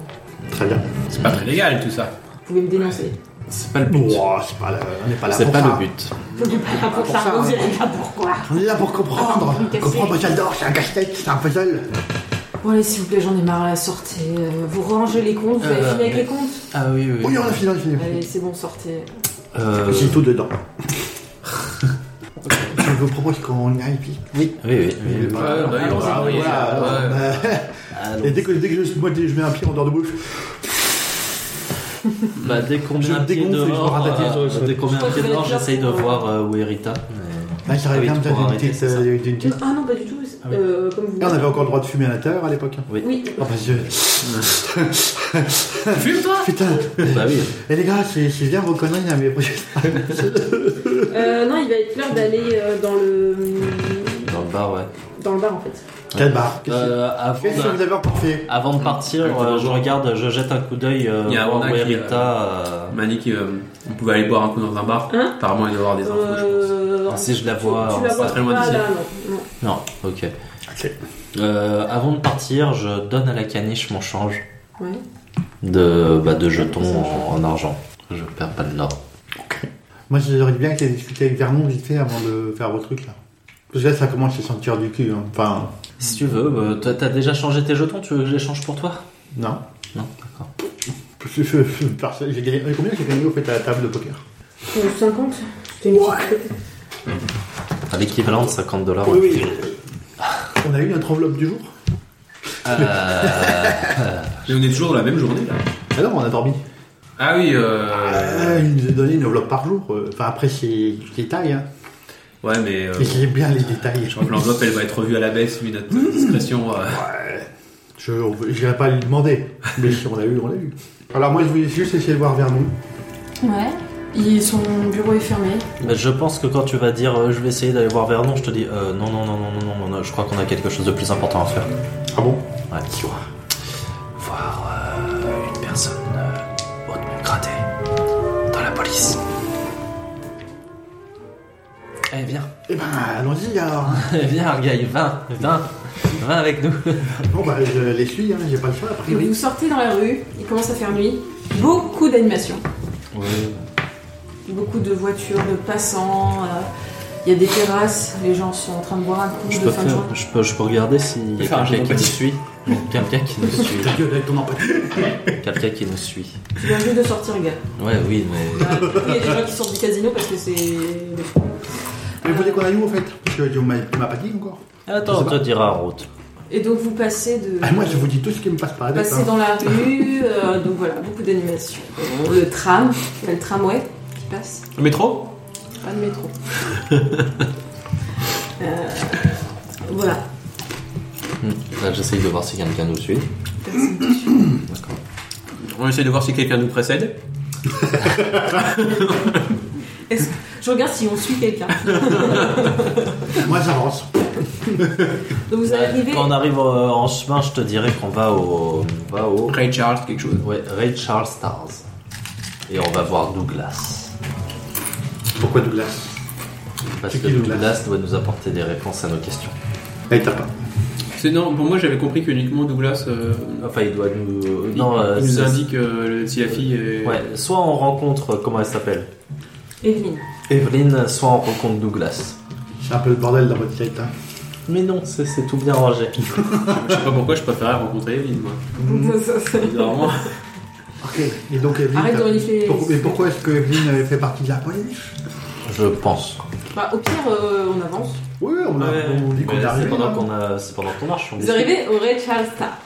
Speaker 4: Très bien.
Speaker 6: C'est pas très légal tout ça.
Speaker 3: Vous pouvez me dénoncer.
Speaker 5: C'est pas le but.
Speaker 4: Ouah, c'est pas la- on n'est pas là
Speaker 5: C'est
Speaker 4: pour
Speaker 5: pas
Speaker 4: ça.
Speaker 5: le but.
Speaker 3: Vous pouvez pas
Speaker 5: Ah,
Speaker 3: là pour
Speaker 4: Pour ça,
Speaker 3: ça, vous
Speaker 4: ouais.
Speaker 3: irez pas pourquoi.
Speaker 4: On est là pour comprendre.
Speaker 3: Oh, casser.
Speaker 4: comprendre, moi j'adore, c'est un casse-tête, c'est un puzzle.
Speaker 3: Bon, allez, s'il vous plaît, j'en ai marre, là, sortez. Euh, Vous rangez les comptes, vous avez
Speaker 5: Euh,
Speaker 3: fini avec
Speaker 5: mais-
Speaker 3: les comptes
Speaker 5: Ah oui,
Speaker 4: Oui, on a fini, on a fini.
Speaker 3: Allez, c'est bon, sortez.
Speaker 5: Euh,
Speaker 4: J'ai tout dedans. Je vous propose qu'on y aille vite. Oui.
Speaker 5: oui, oui, oui.
Speaker 6: bah, oui, on va, oui.
Speaker 4: voilà,
Speaker 6: Ouais.
Speaker 4: euh,
Speaker 5: Allons.
Speaker 4: Et dès que, dès que je, moi, dès que je mets un pied en dehors de bouche,
Speaker 5: Bah, dès qu'on
Speaker 4: Je
Speaker 5: met un pied
Speaker 4: dégonfle et je me
Speaker 5: dehors,
Speaker 4: ratataille sur le
Speaker 5: euh,
Speaker 4: sol.
Speaker 5: dès qu'on met
Speaker 3: Je
Speaker 5: un pied
Speaker 3: préfère
Speaker 5: dehors,
Speaker 3: être là
Speaker 5: j'essaye de
Speaker 3: pour-
Speaker 5: voir euh, où est Rita.
Speaker 4: bah, j'arrive
Speaker 5: Ah oui,
Speaker 4: bien à me
Speaker 5: pour
Speaker 4: donner une
Speaker 5: arrêter,
Speaker 4: petite,
Speaker 5: c'est ça.
Speaker 4: euh, une petite-
Speaker 3: Ah non, pas du tout,
Speaker 5: Ah oui.
Speaker 3: euh, comme vous
Speaker 4: Et on avait encore le droit de fumer à l'intérieur à l'époque.
Speaker 5: Oui.
Speaker 3: Oui,
Speaker 4: Oh, bah, je-
Speaker 6: Fume-toi
Speaker 4: Putain
Speaker 5: bah oui.
Speaker 4: Et les gars, c'est c'est bien vos conneries, là, mais...
Speaker 3: euh, non, il va être l'heure d'aller euh, dans le.
Speaker 5: Dans le bar, ouais.
Speaker 3: dans le bar en fait.
Speaker 4: Quel bar Qu'est-ce que-
Speaker 5: Euh, avant,
Speaker 4: qu'est-ce que vous
Speaker 5: de,
Speaker 4: avez encore fait
Speaker 5: avant de partir,
Speaker 6: Ouais,
Speaker 5: euh,
Speaker 6: c'est
Speaker 5: je
Speaker 6: bon.
Speaker 5: regarde, je jette un coup d'œil euh,
Speaker 6: Il y a
Speaker 5: voir
Speaker 6: Amanda
Speaker 5: où est
Speaker 6: qui,
Speaker 5: Rita. euh,
Speaker 6: On m'a dit qu'on pouvait aller boire un coup dans un bar.
Speaker 3: Hein
Speaker 6: Apparemment, il doit y avoir des infos, je pense.
Speaker 3: Euh,
Speaker 5: Ah, si je la
Speaker 3: tu-
Speaker 5: vois,
Speaker 3: tu, la
Speaker 5: c'est
Speaker 3: vois
Speaker 6: très loin
Speaker 3: pas,
Speaker 6: d'ici.
Speaker 3: là, non, non.
Speaker 5: Non, ok. Euh, avant de partir, je donne à la caniche mon change
Speaker 3: Ouais.
Speaker 5: de, bah, de jetons en, en argent. Je perds pas de l'or.
Speaker 4: Moi, j'aurais bien que discuté avec Vernon vite fait avant de faire vos trucs, là. Parce que là, ça commence à sentir du cul, hein. enfin...
Speaker 5: Si tu veux, bah, toi t'as déjà changé tes jetons, tu veux que je les change pour toi
Speaker 4: Non.
Speaker 5: Non, d'accord.
Speaker 4: Je- je- je- parce que J'ai gagné... Combien j'ai gagné, au fait, à la table de poker
Speaker 3: Euh, 50 C'était une petite.
Speaker 5: À l'équivalent de 50 dollars.
Speaker 4: Oui, On a eu notre enveloppe du jour
Speaker 6: Mais on est toujours dans la même journée là.
Speaker 4: Alors, on a dormi.
Speaker 6: Ah oui,
Speaker 5: Ah
Speaker 6: euh.
Speaker 4: Euh, il nous a donné une enveloppe par jour. euh. Enfin, après, c'est détail, hein.
Speaker 6: Ouais, mais. euh,
Speaker 4: Mais j'ai bien les détails.
Speaker 6: Je crois que l'enveloppe elle va être revue à la baisse, vu notre discrétion. euh.
Speaker 4: Je n'irai pas lui demander, mais si on l'a eu, on l'a eu. Alors moi, je voulais juste essayer de voir Vernon.
Speaker 3: Ouais. Il- son bureau est fermé.
Speaker 5: Mais Euh, je pense que quand tu vas dire euh, je vais essayer d'aller voir Vernon, je te dis euh, non, non, non, non, non, non, non, je crois qu'on a quelque chose de plus important à faire.
Speaker 4: Ah bon
Speaker 5: Ouais, Voir euh, une personne euh, hautement gradée dans la police. Eh viens,
Speaker 4: Eh ben, allons-y alors.
Speaker 5: eh viens, Argaï, viens, viens, viens avec nous.
Speaker 4: Bon bah, je les suis, hein, j'ai pas le choix a priori.
Speaker 3: Vous sortez dans la rue, il commence à faire nuit. Beaucoup d'animation. Beaucoup de voitures, de passants. euh, Il y a des terrasses, les gens sont en train de boire un coup
Speaker 5: Je
Speaker 3: de
Speaker 5: peux,
Speaker 3: fin de
Speaker 5: faire,
Speaker 3: journée.
Speaker 5: je peux, je peux regarder s'il y a
Speaker 6: Faire un
Speaker 5: quelqu'un
Speaker 6: jeu
Speaker 5: qui nous suit.
Speaker 6: d'empathie.
Speaker 5: Quelqu'un qui nous suit.
Speaker 4: Ta gueule avec ton empathie.
Speaker 5: Quelqu'un qui nous suit.
Speaker 3: Tu viens juste de sortir, gars.
Speaker 5: Ouais, oui, mais.
Speaker 3: Il y a des gens qui sortent du casino parce que c'est.
Speaker 4: Mais vous voulez qu'on aille où en fait Parce que tu m'as tu m'as pas dit encore.
Speaker 5: Attends, on
Speaker 4: Je sais
Speaker 5: te dira en route.
Speaker 3: Et donc vous passez de.
Speaker 4: Ah, moi, je vous dis tout ce qui me passe par la tête.
Speaker 3: Passer
Speaker 4: hein.
Speaker 3: dans la rue, euh, donc voilà, beaucoup d'animation. Euh, Le tram, il y a le tramway qui passe,
Speaker 6: Le métro
Speaker 3: pas de métro. Euh, voilà,
Speaker 5: Là, j'essaye de voir si quelqu'un nous suit.
Speaker 3: personne.
Speaker 5: D'accord.
Speaker 6: On essaie de voir si quelqu'un nous précède.
Speaker 3: Est-ce- Je regarde si on suit quelqu'un.
Speaker 4: Moi, j'avance.
Speaker 3: Donc vous
Speaker 5: Ouais,
Speaker 3: arrivez.
Speaker 5: Bah, Ben, Quand on arrive euh, en chemin, je te dirai qu'on va au. On va au.
Speaker 6: Ray Charles, quelque chose.
Speaker 5: Ouais, Ray Charles Stars. Et on va voir Douglas.
Speaker 4: Pourquoi Douglas
Speaker 5: Parce
Speaker 4: C'est
Speaker 5: que
Speaker 4: qui,
Speaker 5: Douglas,
Speaker 4: Douglas
Speaker 5: doit nous apporter des réponses à nos questions.
Speaker 4: Eh, t'as pas.
Speaker 6: C'est non, pour moi j'avais compris qu'uniquement Douglas. euh,
Speaker 5: Enfin, il doit nous.
Speaker 6: il-
Speaker 5: Non, euh,
Speaker 6: il nous
Speaker 5: c'est-
Speaker 6: indique euh, si la fille est.
Speaker 5: Ouais, soit on rencontre. Comment elle s'appelle
Speaker 3: Evelyne.
Speaker 5: Evelyn, soit on rencontre Douglas.
Speaker 4: C'est un peu le bordel dans votre tête. Hein.
Speaker 5: Mais non, c'est c'est tout bien rangé.
Speaker 6: Je sais pas pourquoi je préférais rencontrer Evelyne, moi.
Speaker 5: Mm-hmm.
Speaker 6: Bizarrement.
Speaker 4: Ok. Et donc, Evelyne.
Speaker 3: Arrête de
Speaker 4: t'as-
Speaker 3: renifler.
Speaker 4: Pourquoi- Mais pourquoi est-ce que Evelyne euh, fait partie de la police
Speaker 5: Je pense.
Speaker 3: Bah, au pire, euh, on avance.
Speaker 4: Oui, on, a, on dit qu'on
Speaker 5: Mais
Speaker 4: est
Speaker 5: C'est
Speaker 4: arrivé.
Speaker 5: pendant
Speaker 4: hein.
Speaker 5: qu'on a- c'est pendant qu'on marche. on
Speaker 3: Vous
Speaker 5: dit-
Speaker 3: arrivez au Ray Charles Stars.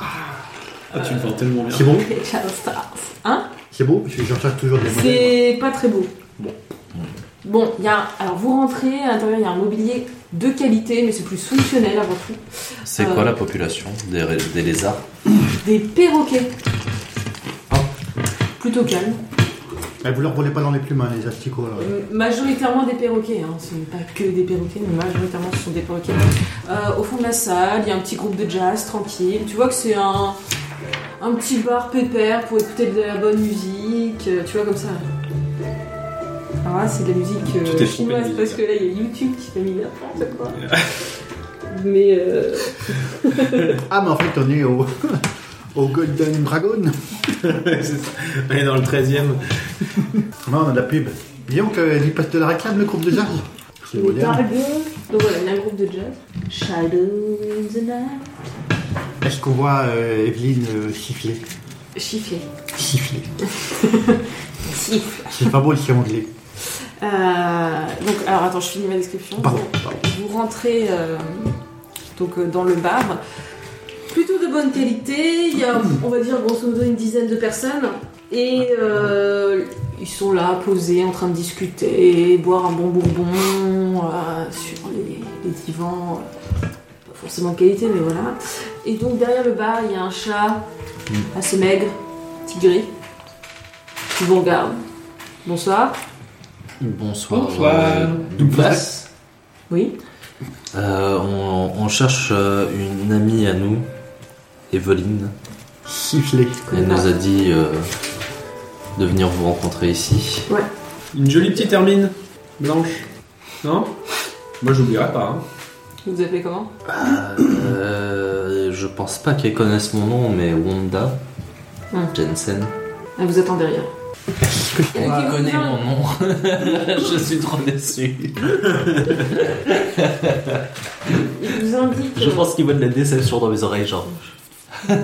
Speaker 6: Ah, tu me vends tellement bien.
Speaker 4: C'est bon
Speaker 3: Ray Charles Stars. Hein
Speaker 4: C'est beau Parce que je recherche toujours des modèles.
Speaker 3: C'est pas très beau. Bon, il y a. Alors vous rentrez, à l'intérieur il y a un mobilier de qualité, mais c'est plus fonctionnel avant tout.
Speaker 5: C'est
Speaker 3: Euh.
Speaker 5: quoi la population des, ré- des lézards
Speaker 3: Des perroquets.
Speaker 5: Ah.
Speaker 3: Plutôt calme.
Speaker 4: Mais vous leur volez pas dans les plumes, hein, les asticots. alors.
Speaker 3: Euh, Majoritairement des perroquets, hein. ce n'est pas que des perroquets, mais majoritairement ce sont des perroquets. Euh, au fond de la salle, il y a un petit groupe de jazz tranquille. Tu vois que c'est un, un petit bar pépère pour écouter de la bonne musique, euh, tu vois comme ça. Alors là, c'est de la musique euh,
Speaker 6: Tu t'es trompé de
Speaker 3: chinoise
Speaker 6: musique,
Speaker 3: parce
Speaker 6: là.
Speaker 3: que là, il y a YouTube qui fait mis n'importe quoi. mais euh,
Speaker 4: Ah, mais en fait, on est au, au Golden Dragon.
Speaker 6: C'est ça. On est dans le 13 e
Speaker 4: Non, on a de la pub. euh, Disons qu'ils passent de la réclame, le groupe de jazz. C'est
Speaker 3: les
Speaker 4: moderne.
Speaker 3: bargueux. Donc voilà, il y a un groupe de jazz. Shadow in the night.
Speaker 4: Est-ce qu'on voit euh, Evelyne euh, siffler
Speaker 3: Chiffler.
Speaker 4: Siffler.
Speaker 3: Siffle.
Speaker 4: C'est pas beau le sien anglais.
Speaker 3: Euh, donc, alors attends, je finis ma description.
Speaker 4: Pardon, Oh, pardon.
Speaker 3: Vous rentrez euh, donc euh, dans le bar, plutôt de bonne qualité. Il y a, on va dire, grosso modo, une dizaine de personnes. Et euh, ils sont là, posés, en train de discuter, boire un bon bourbon euh, sur les, les divans. euh, Pas forcément de qualité, mais voilà. Et donc, derrière le bar, il y a un chat assez maigre, tigré, qui vous regarde. Bonsoir.
Speaker 5: Bonsoir.
Speaker 6: Bonsoir.
Speaker 5: euh, Douglas.
Speaker 3: Oui.
Speaker 5: Euh, on, on cherche euh, une amie à nous, Evelyne.
Speaker 4: Siffler.
Speaker 5: Elle nous a dit euh, de venir vous rencontrer ici.
Speaker 6: Une jolie petite hermine blanche. Non Moi, j'oublierai pas. hein.
Speaker 3: Vous vous appelez comment
Speaker 5: Euh, je pense pas qu'elle connaisse mon nom, mais Wanda
Speaker 3: Hmm.
Speaker 5: Jensen.
Speaker 3: Elle vous attend derrière.
Speaker 5: Elle
Speaker 3: Ok,
Speaker 5: connaît
Speaker 3: bien.
Speaker 5: mon nom. je suis trop déçu.
Speaker 3: Il vous indique.
Speaker 5: Je pense qu'il voit de la déception dans mes oreilles, genre.
Speaker 3: Euh,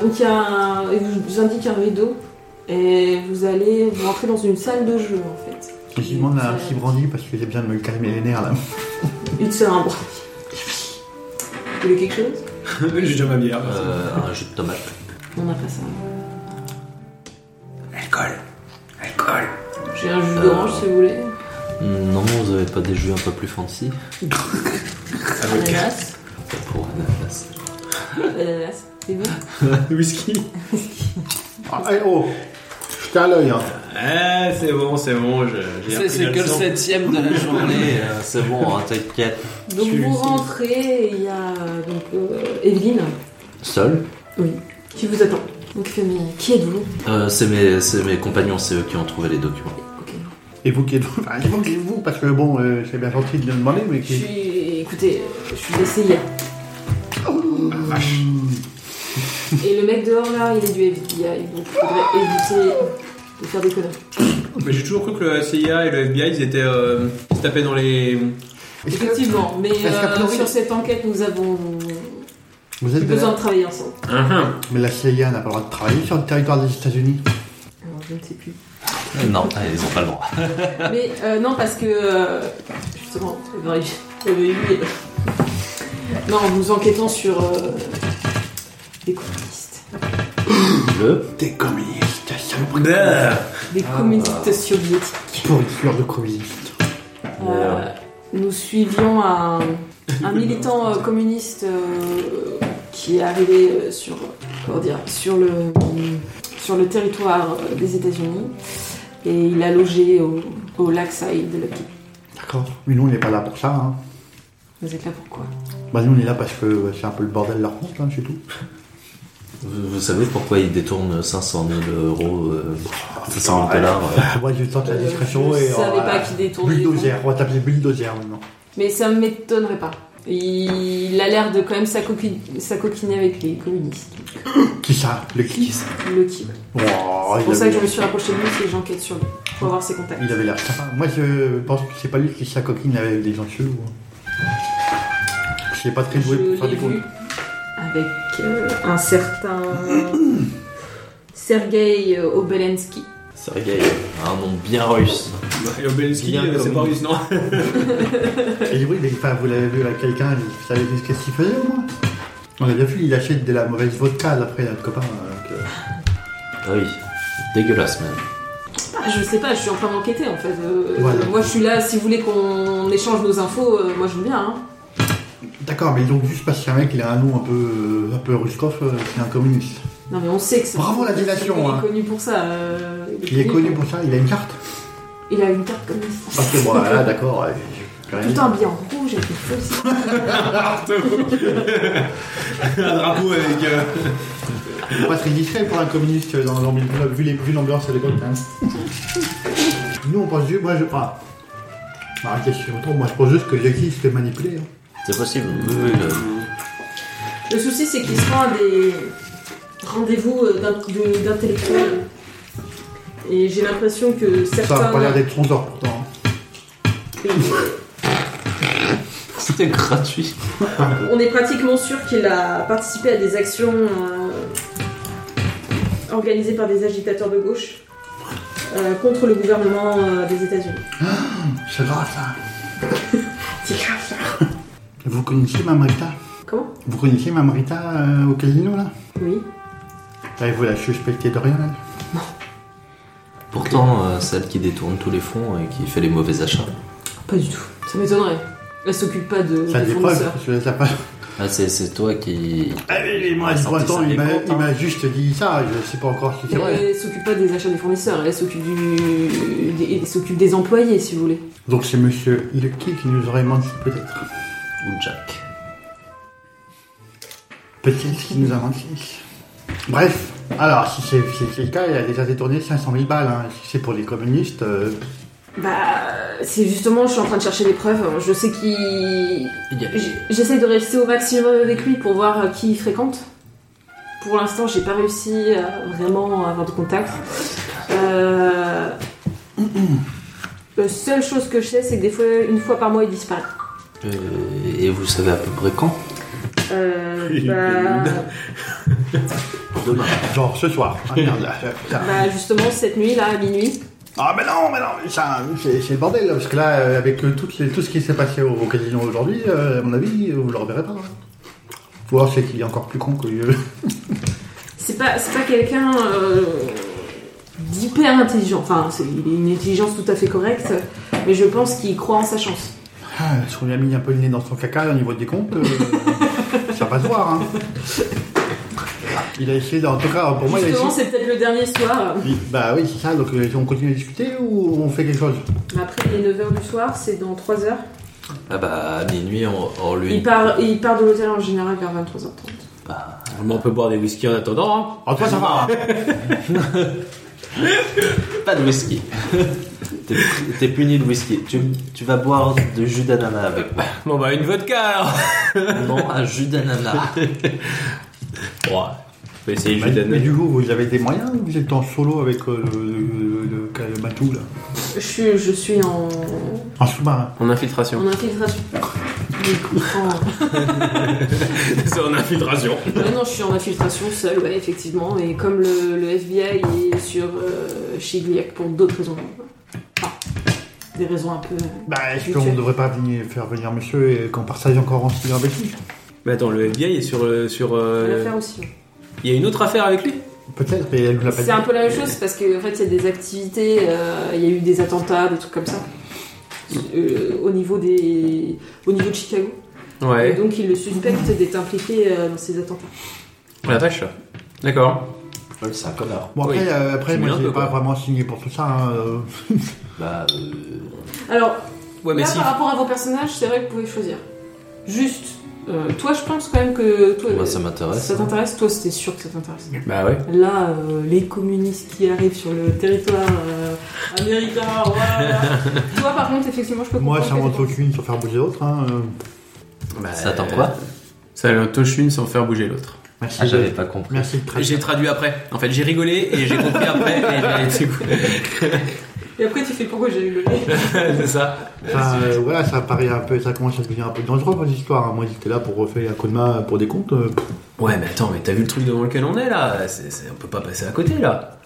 Speaker 3: donc il y a un- il vous indique un rideau et vous allez vous rentrer dans une salle de jeu en fait.
Speaker 4: Je lui demande un petit brandy parce que j'ai besoin de me calmer les nerfs là.
Speaker 3: Il te sert un bras. Vous voulez quelque chose
Speaker 6: J'ai déjà ma bière.
Speaker 5: Euh, un jus de tomate.
Speaker 3: On n'a pas ça.
Speaker 6: Alcool. Alcool.
Speaker 3: J'ai un jus d'orange si vous voulez.
Speaker 5: Non, vous avez pas des jus un peu plus fancy
Speaker 3: Ananas.
Speaker 5: pour Ananas.
Speaker 3: Ananas. C'est bon
Speaker 6: Whisky.
Speaker 4: Ah, eh, oh J'étais à l'œil, hein.
Speaker 6: Eh, c'est bon, c'est bon. je- j'ai appris la leçon.
Speaker 5: septième de la journée. euh, c'est bon, hein, t'inquiète.
Speaker 3: Donc
Speaker 6: Celui-ci.
Speaker 3: vous rentrez et il y a euh, donc euh, Evelyne
Speaker 5: Seul
Speaker 3: qui vous attend. Donc il fait mais qui êtes-vous
Speaker 5: Euh, c'est mes, c'est mes compagnons, c'est eux qui ont trouvé les documents.
Speaker 3: Ok.
Speaker 4: Et vous qui êtes vous Enfin, vous, qui êtes vous Parce que bon, euh, c'est bien gentil de me demander, mais
Speaker 3: Je
Speaker 4: qui.
Speaker 3: suis. Écoutez, je suis de CIA. Et le mec dehors là, il est du FBI, donc il faudrait éviter de faire des conneries.
Speaker 6: Mais j'ai toujours cru que le CIA et le FBI, ils étaient. euh, ils se tapaient dans les.
Speaker 4: Est-ce que
Speaker 3: Effectivement, mais
Speaker 4: Parce qu'a
Speaker 3: euh,
Speaker 4: priori-
Speaker 3: sur cette enquête, nous avons
Speaker 4: vous êtes de
Speaker 3: besoin
Speaker 4: la...
Speaker 3: de travailler ensemble.
Speaker 4: Mais la CIA n'a pas le droit de travailler sur le territoire des États-Unis.
Speaker 3: Alors, je ne sais plus.
Speaker 5: Non, ah, ils ont pas le droit.
Speaker 3: Mais euh, non, parce que euh, justement, il y avait eu- il y avait eu- euh, Non, nous enquêtons sur euh, des communistes,
Speaker 5: Le
Speaker 4: Des communistes, saloperie.
Speaker 6: Ben.
Speaker 3: des
Speaker 4: Ah.
Speaker 3: communistes soviétiques.
Speaker 4: Pour une fleur de communiste.
Speaker 3: Euh, nous suivions un, un militant euh, communiste euh, qui est arrivé euh, sur, comment dire, sur, le, sur le territoire euh, des États-Unis et il a logé au, au Lakeside de Lucky.
Speaker 4: D'accord. Mais nous, on n'est pas là pour ça, hein.
Speaker 3: Vous êtes là pourquoi
Speaker 4: Bah, nous, on est là parce que euh, c'est un peu le bordel de la France, hein, c'est tout.
Speaker 5: Vous, vous savez pourquoi ils détournent 500 000 euros, euh, 500 000 dollars euh,
Speaker 4: Moi, je tente la
Speaker 3: Euh,
Speaker 4: discrétion
Speaker 3: je
Speaker 4: et.
Speaker 3: savais
Speaker 4: euh,
Speaker 3: pas qui détournait les
Speaker 4: Bulldozer, on va t'appeler bulldozer maintenant.
Speaker 3: Mais ça ne m'étonnerait pas. Il a l'air de quand même s'acoqui- s'acoquiner avec les communistes.
Speaker 4: Qui ça Le qui ça
Speaker 3: Lucky.
Speaker 4: Wow,
Speaker 3: C'est
Speaker 4: il
Speaker 3: pour ça
Speaker 4: avait-
Speaker 3: que je me suis rapprochée de lui, c'est que j'enquête sur lui pour avoir ses contacts.
Speaker 4: Il avait l'air sympa. Moi, je pense que c'est pas lui qui s'acoquine avec des gens chelous. Je sais pas très
Speaker 3: Je
Speaker 4: doué pour faire
Speaker 3: l'ai
Speaker 4: des
Speaker 3: vu
Speaker 4: comptes.
Speaker 3: avec euh, un certain Sergei euh, Obelensky.
Speaker 5: Sergei, un nom bien russe.
Speaker 6: Et Obelinsky,
Speaker 5: Bien
Speaker 6: euh, c'est
Speaker 5: comme-
Speaker 6: pas russe, non
Speaker 4: Et oui, mais enfin, vous l'avez vu avec quelqu'un, vous savez qu'est-ce qu'il faisait, moi On l'a bien vu, il achète de la mauvaise vodka, là, après, notre copain. euh, donc, euh,
Speaker 5: Ah oui, dégueulasse même.
Speaker 3: Ah, je sais pas, je suis en train d'enquêter en fait. Euh,
Speaker 4: Voilà.
Speaker 3: Moi je suis là, si vous voulez qu'on échange nos infos, euh, moi je veux bien. hein.
Speaker 4: D'accord, mais donc, juste parce qu'un mec, il a un nom un peu, euh, un peu Ruskov, euh, c'est un communiste.
Speaker 3: Non mais on sait que c'est.
Speaker 4: Bravo la délation,
Speaker 3: Il est
Speaker 4: hein.
Speaker 3: connu pour ça. euh,
Speaker 4: Il est connu Ah, pour ça, il a une carte
Speaker 3: Il a une carte comme ça.
Speaker 4: Parce que, bon, là, d'accord, euh, je peux rien
Speaker 3: Tout
Speaker 4: dire.
Speaker 3: un bien rouge avec une fausse.
Speaker 6: Un drapeau avec. euh,
Speaker 4: C'est pas très discret pour un communiste dans l'ambiance, vu les- vu l'ambiance à l'époque. hein. Nous, on pense juste, moi, je. Enfin, arrêtez si je me trompe, moi, je pense juste que Jackie se fait manipuler. hein.
Speaker 5: C'est possible. Oui, oui, le-
Speaker 3: Le souci c'est qu'il se rend à des rendez-vous euh, d'in- de- d'intellectuels. Et j'ai l'impression que
Speaker 4: Ça
Speaker 3: certains.
Speaker 4: hein. a pas l'air d'être son sort pourtant.
Speaker 3: Et-
Speaker 5: C'était gratuit.
Speaker 8: On est pratiquement sûr qu'il a participé à des actions euh, organisées par des agitateurs de gauche euh, contre le gouvernement euh, des États-Unis.
Speaker 4: C'est grave ça.
Speaker 8: C'est grave ça.
Speaker 4: Vous connaissez Mamrita
Speaker 8: Comment
Speaker 4: Vous connaissez Mamrita euh, au casino là
Speaker 8: Oui.
Speaker 4: Là, Vous la suspectez de rien là
Speaker 5: Pourtant, euh, celle qui détourne tous les fonds et qui fait les mauvais achats.
Speaker 3: Pas du tout. Ça m'étonnerait. Elle s'occupe pas de,
Speaker 4: Ça
Speaker 3: des
Speaker 4: dépend,
Speaker 3: fournisseurs.
Speaker 4: parce que ça pas.
Speaker 5: Ah, c'est, c'est toi qui.
Speaker 4: Allez, moi, pour l'instant, il m'a il m'a juste dit ça, je sais pas encore si c'est vrai.
Speaker 3: Elle s'occupe pas des achats des fournisseurs. Elle s'occupe du, des- elle s'occupe des employés, si vous voulez.
Speaker 4: Donc c'est monsieur Lucky qui nous aurait menti peut-être.
Speaker 5: Ou Jack.
Speaker 4: Peut-être qu'il nous a menti. Bref, alors si c'est si c'est le cas, il a déjà détourné 500 000 balles. hein. Si c'est pour les communistes, euh,
Speaker 8: Bah, c'est justement, je suis en train de chercher des preuves. Je sais qu'il.
Speaker 5: Il y a-
Speaker 8: J- J'essaye de rester au maximum avec lui pour voir euh, qui il fréquente.
Speaker 3: Pour l'instant, j'ai pas réussi
Speaker 8: euh,
Speaker 3: à vraiment avoir de contact. Euh,
Speaker 8: La seule chose que je sais, c'est que des fois, une fois par mois, il disparaît.
Speaker 5: Euh, et vous savez à peu près quand
Speaker 8: Euh,
Speaker 6: Il
Speaker 8: bah,
Speaker 5: Demain.
Speaker 4: genre ce soir. Ah, merde, putain.
Speaker 8: bah, justement, cette nuit, là, à minuit.
Speaker 4: Ah mais non, mais non, mais ça, c'est c'est le bordel, là, parce que là, euh, avec euh, toutes les- tout ce qui s'est passé au, au casino aujourd'hui, euh, à mon avis, vous le reverrez pas. hein. Ou alors c'est qu'il est encore plus con que... euh,
Speaker 3: C'est pas, c'est pas quelqu'un euh, d'hyper intelligent. Enfin, c'est, il a une intelligence tout à fait correcte, mais je pense qu'il croit en sa chance.
Speaker 4: Ah, si on lui a mis un peu le nez dans son caca au niveau des comptes, euh, ça va se voir. Hein. Il a essayé, d'en- en tout cas, pour moi, il a
Speaker 3: Justement,
Speaker 4: essayé...
Speaker 3: c'est peut-être le dernier soir.
Speaker 4: Il- Bah oui, c'est ça, donc euh, on continue à discuter ou on fait quelque chose
Speaker 8: Après, il est 9h du soir, c'est dans 3h.
Speaker 5: Ah bah, à minuit, on, on lui.
Speaker 8: Il part, il part de l'hôtel en général vers 23h30.
Speaker 6: Ah, On peut boire des whisky en attendant.
Speaker 4: En toi, ça va hein
Speaker 5: Pas de whisky. T'es, t'es puni de whisky. Tu, tu vas boire du jus d'ananas avec moi.
Speaker 6: hein. Bon bah une vodka alors.
Speaker 5: Non, un jus d'ananas.
Speaker 6: Ouais. Mais essayer
Speaker 4: mais, mais du coup, vous avez des moyens ou vous êtes en solo avec euh, le, le, le- le Matou, là
Speaker 8: Je suis, je suis en,
Speaker 4: En sous-marin
Speaker 7: En infiltration.
Speaker 8: en infiltration.
Speaker 3: En-
Speaker 6: C'est en infiltration.
Speaker 3: Ouais, non, je suis en infiltration seule, ouais, effectivement. Et comme le, le FBI est sur euh, chez Gliac pour d'autres raisons. Enfin, des raisons un peu. euh,
Speaker 4: Bah, est-ce
Speaker 3: Oui,
Speaker 4: qu'on
Speaker 3: tu-
Speaker 4: ne devrait pas venir faire venir monsieur et qu'on partage encore en studio avec lui
Speaker 6: Mais attends, le FBI est sur. euh, sur euh,
Speaker 8: L'affaire aussi.
Speaker 6: Il y a une autre affaire avec lui
Speaker 4: Peut-être, et elle nous l'a pas dit.
Speaker 3: hein. C'est un peu la même chose parce qu'en fait, il y a des activités, euh, il y a eu des attentats, des trucs comme ça. Euh, au, niveau des... au niveau de Chicago. Et
Speaker 6: Ouais.
Speaker 3: donc, il le suspecte d'être impliqué euh, dans ces attentats.
Speaker 6: La vache. D'accord.
Speaker 5: Ouais, c'est un connard.
Speaker 4: Bon, après,
Speaker 6: Oui.
Speaker 4: euh, après
Speaker 6: Tu
Speaker 4: moi,
Speaker 6: mets un
Speaker 4: j'ai
Speaker 6: peu,
Speaker 4: pas
Speaker 6: quoi.
Speaker 4: vraiment signé pour tout ça. hein, euh.
Speaker 5: Bah, euh,
Speaker 3: Alors,
Speaker 6: Ouais, mais
Speaker 3: là,
Speaker 6: si.
Speaker 3: par rapport à vos personnages, c'est vrai que vous pouvez choisir. Juste, euh, toi, je pense quand même que. Toi,
Speaker 5: moi ça
Speaker 3: ça
Speaker 5: m'intéresse. hein.
Speaker 3: t'intéresse Toi, c'était sûr que ça t'intéresse.
Speaker 6: Bah ouais.
Speaker 3: Là, euh, les communistes qui arrivent sur le territoire euh, américain, voilà.
Speaker 8: Toi, par contre, effectivement, je peux
Speaker 4: moi,
Speaker 8: comprendre.
Speaker 4: ça
Speaker 8: que
Speaker 4: monte
Speaker 8: t'es-
Speaker 4: aucune sur faire bouger d'autres. Hein. euh.
Speaker 5: Ça attend quoi
Speaker 6: Bah, euh, Ça l'autoche une sans faire bouger l'autre.
Speaker 4: Merci,
Speaker 5: Ah, j'avais
Speaker 4: de...
Speaker 5: pas compris.
Speaker 4: Merci de traduire.
Speaker 6: J'ai traduit après. En fait, j'ai rigolé et j'ai compris après. et j'ai-
Speaker 3: Et après, tu fais pourquoi j'ai eu le nez
Speaker 6: C'est ça.
Speaker 4: Enfin, euh, voilà, ça paraît un peu, ça commence à devenir un peu dangereux vos histoires. hein. Moi, j'étais là pour refaire un coup de main pour des comptes. euh, pff,
Speaker 6: Ouais, mais attends, mais t'as vu le truc devant lequel on est là C'est- c'est- On peut pas passer à côté là.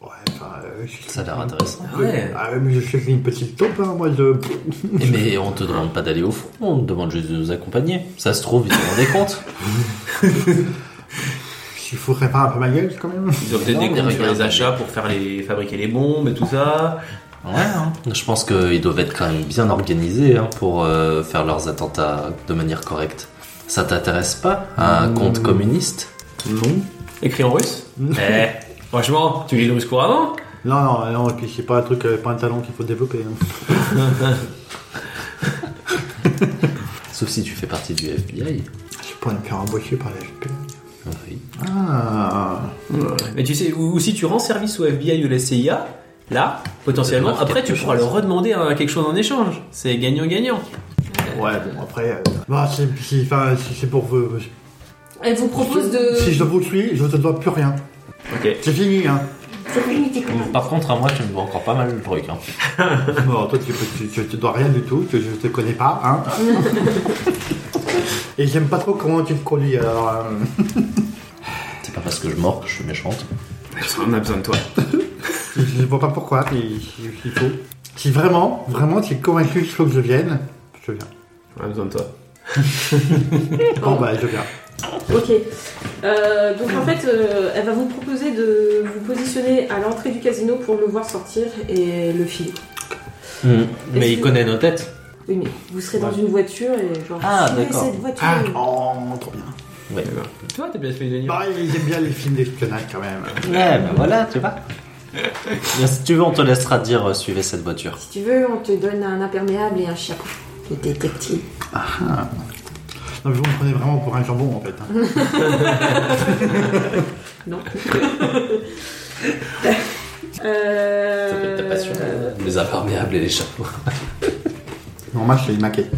Speaker 4: ouais, enfin, euh, je-
Speaker 5: Ça a l'air intéressant.
Speaker 6: Ah Ouais.
Speaker 4: Ah, mais je suis une petite taupe, hein, moi, je...
Speaker 5: Eh, Mais on te demande pas d'aller au front, on te demande juste de nous accompagner. Ça se trouve, ils se rendent compte.
Speaker 4: Il faudrait pas un peu ma gueule, quand même.
Speaker 6: Ils ont peut-être des
Speaker 5: Non, mais
Speaker 6: comptes sur
Speaker 5: regarde.
Speaker 6: les achats pour faire les fabriquer les bombes et tout ça.
Speaker 5: Ouais, hein. je pense qu'ils doivent être quand même bien organisés hein, pour euh, faire leurs attentats de manière correcte. Ça t'intéresse pas à un compte communiste
Speaker 4: Non.
Speaker 6: Écrit en russe Eh, franchement, tu lis le russe couramment
Speaker 4: Non, non, non, et puis c'est pas un truc, euh, pas un talent qu'il faut développer. hein.
Speaker 5: Sauf si tu fais partie du FBI.
Speaker 4: Je pourrais me faire embaucher par la FP.
Speaker 5: Oui.
Speaker 4: Ah...
Speaker 6: Mais tu sais, ou, ou si tu rends service au FBI ou la CIA, là, potentiellement,
Speaker 5: Peut-être
Speaker 6: après
Speaker 5: quelque
Speaker 6: tu pourras
Speaker 5: chose.
Speaker 6: leur redemander hein, quelque chose en échange. C'est gagnant-gagnant.
Speaker 4: Ouais, bon, après... euh, bah, c'est- c'est enfin, c'est- c'est pour... euh,
Speaker 8: Elle vous propose de.
Speaker 4: Si je te poursuis, je te dois plus rien.
Speaker 6: Ok.
Speaker 4: C'est fini, hein.
Speaker 5: Mm. Par contre, à moi, tu me dois encore pas mal le truc. Hein.
Speaker 4: Non, toi, tu, tu, tu- tu dois rien du tout, tu- je te connais pas, hein. Et j'aime pas trop comment tu te conduis, alors. euh,
Speaker 5: C'est pas parce que je mords que je suis méchante.
Speaker 9: On a besoin de toi.
Speaker 4: je ne vois pas pourquoi, mais il- il faut. Si vraiment, vraiment, tu es convaincu qu'il faut que je vienne, je viens.
Speaker 9: On a besoin de toi.
Speaker 4: Bon, bah, je viens.
Speaker 3: Ok. Euh, donc en fait, euh, elle va vous proposer de vous positionner à l'entrée du casino pour le voir sortir et le filer.
Speaker 6: Mm.
Speaker 3: Est-ce
Speaker 5: Mais il
Speaker 3: que-
Speaker 5: connaît nos têtes.
Speaker 3: Oui, mais vous serez dans une voiture et genre.
Speaker 5: Ah,
Speaker 3: suivez
Speaker 5: d'accord.
Speaker 3: cette voiture.
Speaker 4: Ah, oh, trop bien.
Speaker 5: Ouais.
Speaker 6: Toi, t'as bien fait une
Speaker 4: Bah, j'aime bien les films d'espionnage quand même.
Speaker 5: Ouais, ben voilà, tu vois. Bien, si tu veux, on te laissera dire euh, suivez cette voiture.
Speaker 3: Si tu veux, on te donne un imperméable et un chapeau de détective.
Speaker 4: Non, mais vous me prenez vraiment pour un jambon en fait. hein.
Speaker 3: Non.
Speaker 5: Ça peut être passionnant.
Speaker 3: euh...
Speaker 5: Les imperméables et les chapeaux.
Speaker 4: Non, moi, c'est une maquette.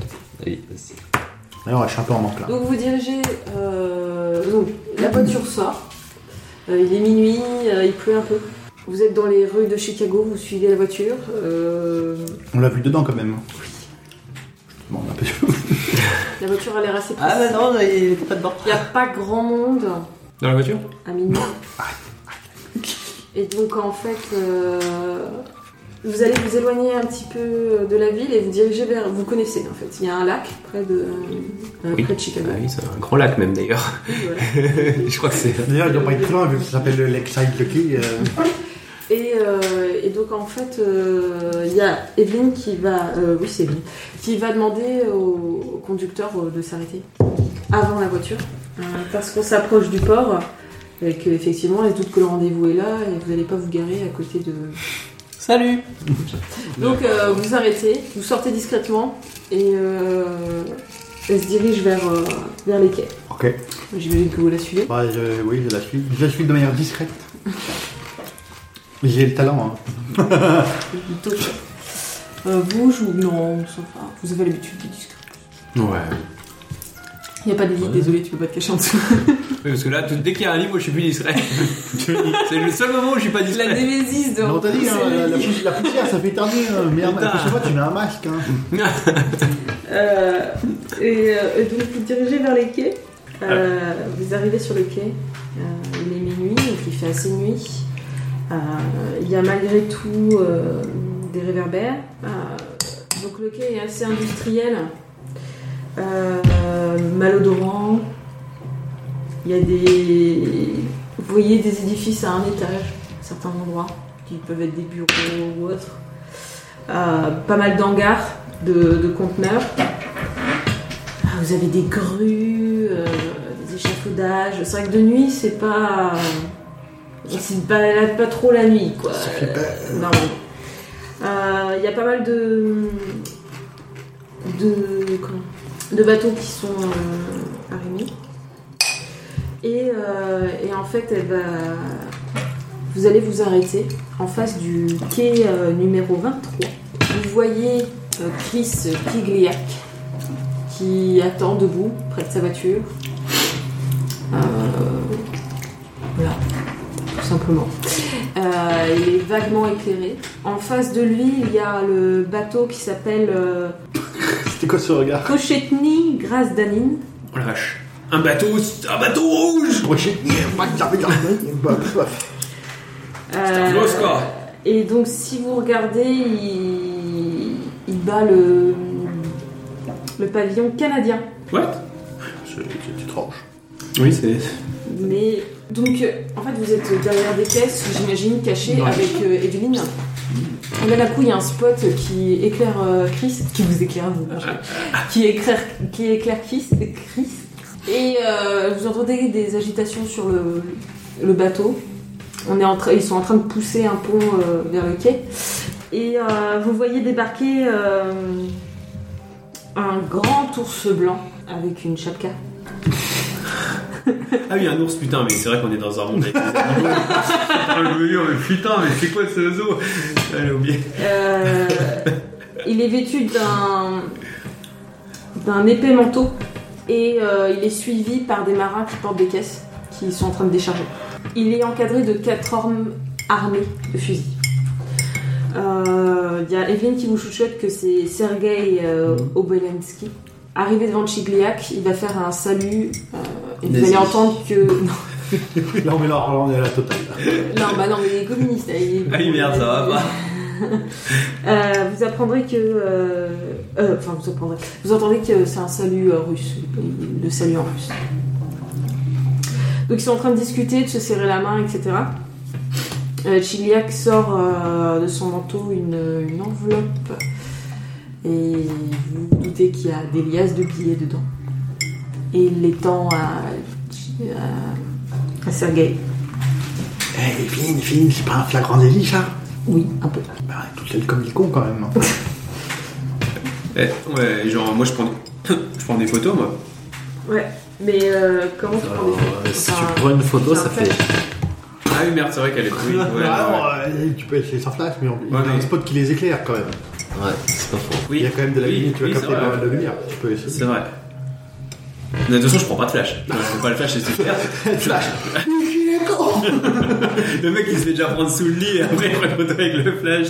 Speaker 5: Oui, aussi.
Speaker 4: D'ailleurs, je suis un peu en manque là.
Speaker 3: Donc vous dirigez. euh, donc la voiture sort. Euh, il est minuit, euh, il pleut un peu. Vous êtes dans les rues de Chicago, vous suivez la voiture. euh,
Speaker 4: On l'a vu dedans quand même. hein. Bon, bah, on a pas
Speaker 3: la voiture a l'air assez
Speaker 5: Ah,
Speaker 3: précise.
Speaker 5: ben non, il était pas dedans.
Speaker 3: Il n'y a pas grand monde
Speaker 6: Dans la voiture
Speaker 3: à minuit. Et donc en fait, euh, vous allez vous éloigner un petit peu de la ville et vous dirigez vers. Vous connaissez en fait. Il y a un lac près de, euh,
Speaker 6: Oui.
Speaker 3: près de Chicago.
Speaker 6: Ah oui, c'est un grand lac même d'ailleurs.
Speaker 3: Voilà.
Speaker 6: je crois que c'est.
Speaker 4: D'ailleurs, ils doit pas être loin vu que ça s'appelle le Lakeside Lucky. euh,
Speaker 3: Et, euh, et donc en fait, euh, il y a Evelyne qui va, euh, oui c'est Evelyne, qui va demander au, au conducteur euh, de s'arrêter avant la voiture, euh, parce qu'on s'approche du port et qu'effectivement elle se doute que le rendez-vous est là et vous n'allez pas vous garer à côté de.
Speaker 5: Salut
Speaker 3: Donc euh, vous arrêtez, vous sortez discrètement et euh, elle se dirige vers euh, vers les quais.
Speaker 4: Ok.
Speaker 3: J'imagine que vous la suivez.
Speaker 4: Bah, je- oui, je la suis. Je la suis de manière discrète. Mais J'ai le talent. hein.
Speaker 3: Euh, bouge ou non, ça va. Vous avez l'habitude du discret.
Speaker 9: Ouais.
Speaker 3: Il n'y a pas de lit, désolé, tu peux pas te cacher en dessous.
Speaker 6: Oui, parce que là, tout- dès qu'il y a un lit, moi je suis plus discret. c'est le seul moment où je suis pas
Speaker 3: La
Speaker 6: discret.
Speaker 3: Némésis de.
Speaker 4: Non, t'as dit, hein, la, la pou- la poussière, ça fait éternuer. hein. Merde, la
Speaker 6: Putain.
Speaker 4: prochaine fois, tu mets un masque. Hein.
Speaker 3: Euh, et, euh, et donc vous dirigez vers les quais. Euh, Vous arrivez sur le quai. Euh, il est minuit, donc il fait assez nuit. Euh, il y a malgré tout euh, des réverbères. Euh, donc le quai est assez industriel, Euh, malodorant. Il y a des. Vous voyez des édifices à un étage, à certains endroits, qui peuvent être des bureaux ou autres. Euh, pas mal d'hangars de, de conteneurs. Ah, Vous avez des grues, euh, des échafaudages. C'est vrai que de nuit, c'est pas. C'est pas, pas trop la nuit, quoi. Euh, non. Euh, Il y a pas mal de. de. comment de bateaux qui sont euh, à Rémy. Et, euh, et en fait, elle va- vous allez vous arrêter en face du quai euh, numéro 23. Vous voyez euh, Chris Pigliac qui attend debout près de sa voiture. Euh, voilà, tout simplement. Euh, il est vaguement éclairé. En face de lui, il y a le bateau qui s'appelle euh,
Speaker 4: C'était quoi ce regard
Speaker 3: Cochetny Grasdanine.
Speaker 6: Oh la vache. Un bateau, un bateau rouge
Speaker 4: Prochaine, pas de taré, taré, bah, bah.
Speaker 3: Euh,
Speaker 6: Grosse quoi
Speaker 3: Et donc, si vous regardez, il, il bat le, le pavillon canadien.
Speaker 6: What
Speaker 4: C'est c'est étrange.
Speaker 6: Oui, c'est.
Speaker 3: Mais donc, euh, en fait, vous êtes derrière des caisses, j'imagine, cachées avec euh, Evelyne. Et là, d'un coup, il y a un spot qui éclaire euh, Chris, qui vous éclaire, vous mangez. qui éclaire, qui éclaire Chris, Chris. Et euh, vous entendez des agitations sur le, le bateau. On est en train- ils sont en train de pousser un pont euh, vers le quai. Et euh, vous voyez débarquer euh, un grand ours blanc avec une chapka.
Speaker 6: Ah oui, un ours, putain, mais c'est vrai qu'on est dans un monde avec des animaux. Ah, je veux dire, mais putain, mais c'est quoi ce zoo Ah, J'ai oublié.
Speaker 3: Euh, il est vêtu d'un d'un épais manteau et euh, il est suivi par des marins qui portent des caisses qui sont en train de décharger. Il est encadré de quatre hommes armés de fusils. Euh, Il y a Evelyn qui vous chuchote que c'est Sergei euh, Obolensky. Arrivé devant Chigliac, il va faire un salut euh, et vous
Speaker 10: Nazi.
Speaker 3: allez entendre que. Non,
Speaker 4: Là, on est, là, là, on est à la totale.
Speaker 3: bah non, mais il est communiste. là, il est-
Speaker 6: Ah oui, merde, ça va pas.
Speaker 3: Euh, vous apprendrez que. euh, euh, Enfin, vous apprendrez. Vous entendez que c'est un salut euh, russe, le salut en russe. Donc, ils sont en train de discuter, de se serrer la main, etc. Euh, Chiliac sort euh, de son manteau une, une enveloppe. Et vous vous doutez qu'il y a des liasses de billets dedans. Et il l'étend à, à, à Sergei.
Speaker 4: Eh, hey, Evelyne, Evelyne, c'est pas un flagrant délit, ça
Speaker 3: Oui, un peu.
Speaker 4: Bah, tout seul comme des cons, quand même. hein.
Speaker 6: Eh, ouais, genre, moi je prends, je prends des photos, moi.
Speaker 3: Ouais, mais euh, comment tu prends des
Speaker 5: Alors, euh,
Speaker 3: photos
Speaker 5: si
Speaker 3: Enfin,
Speaker 5: tu prends une photo,
Speaker 3: c'est un
Speaker 5: ça fait.
Speaker 6: Ah oui, merde, c'est vrai qu'elle est pourrie. Ouais, ouais, ouais.
Speaker 4: Alors, euh, tu peux essayer sans flash, mais on- il y a
Speaker 6: Ouais, mais-
Speaker 4: un spot qui les éclaire, quand même.
Speaker 5: Ouais, c'est pas faux.
Speaker 6: Oui,
Speaker 4: Il y a quand même de la
Speaker 6: oui,
Speaker 4: lumière, tu vas
Speaker 6: oui,
Speaker 4: capter
Speaker 6: c'est
Speaker 4: pas
Speaker 6: vrai.
Speaker 4: mal de lumière. Tu peux essayer.
Speaker 6: C'est vrai. Mais de toute façon, je prends pas de flash. Ouais, Je prends pas le flash, c'est super. flash. le mec, il se fait déjà prendre sous le lit et après, il prend une photo avec le flash.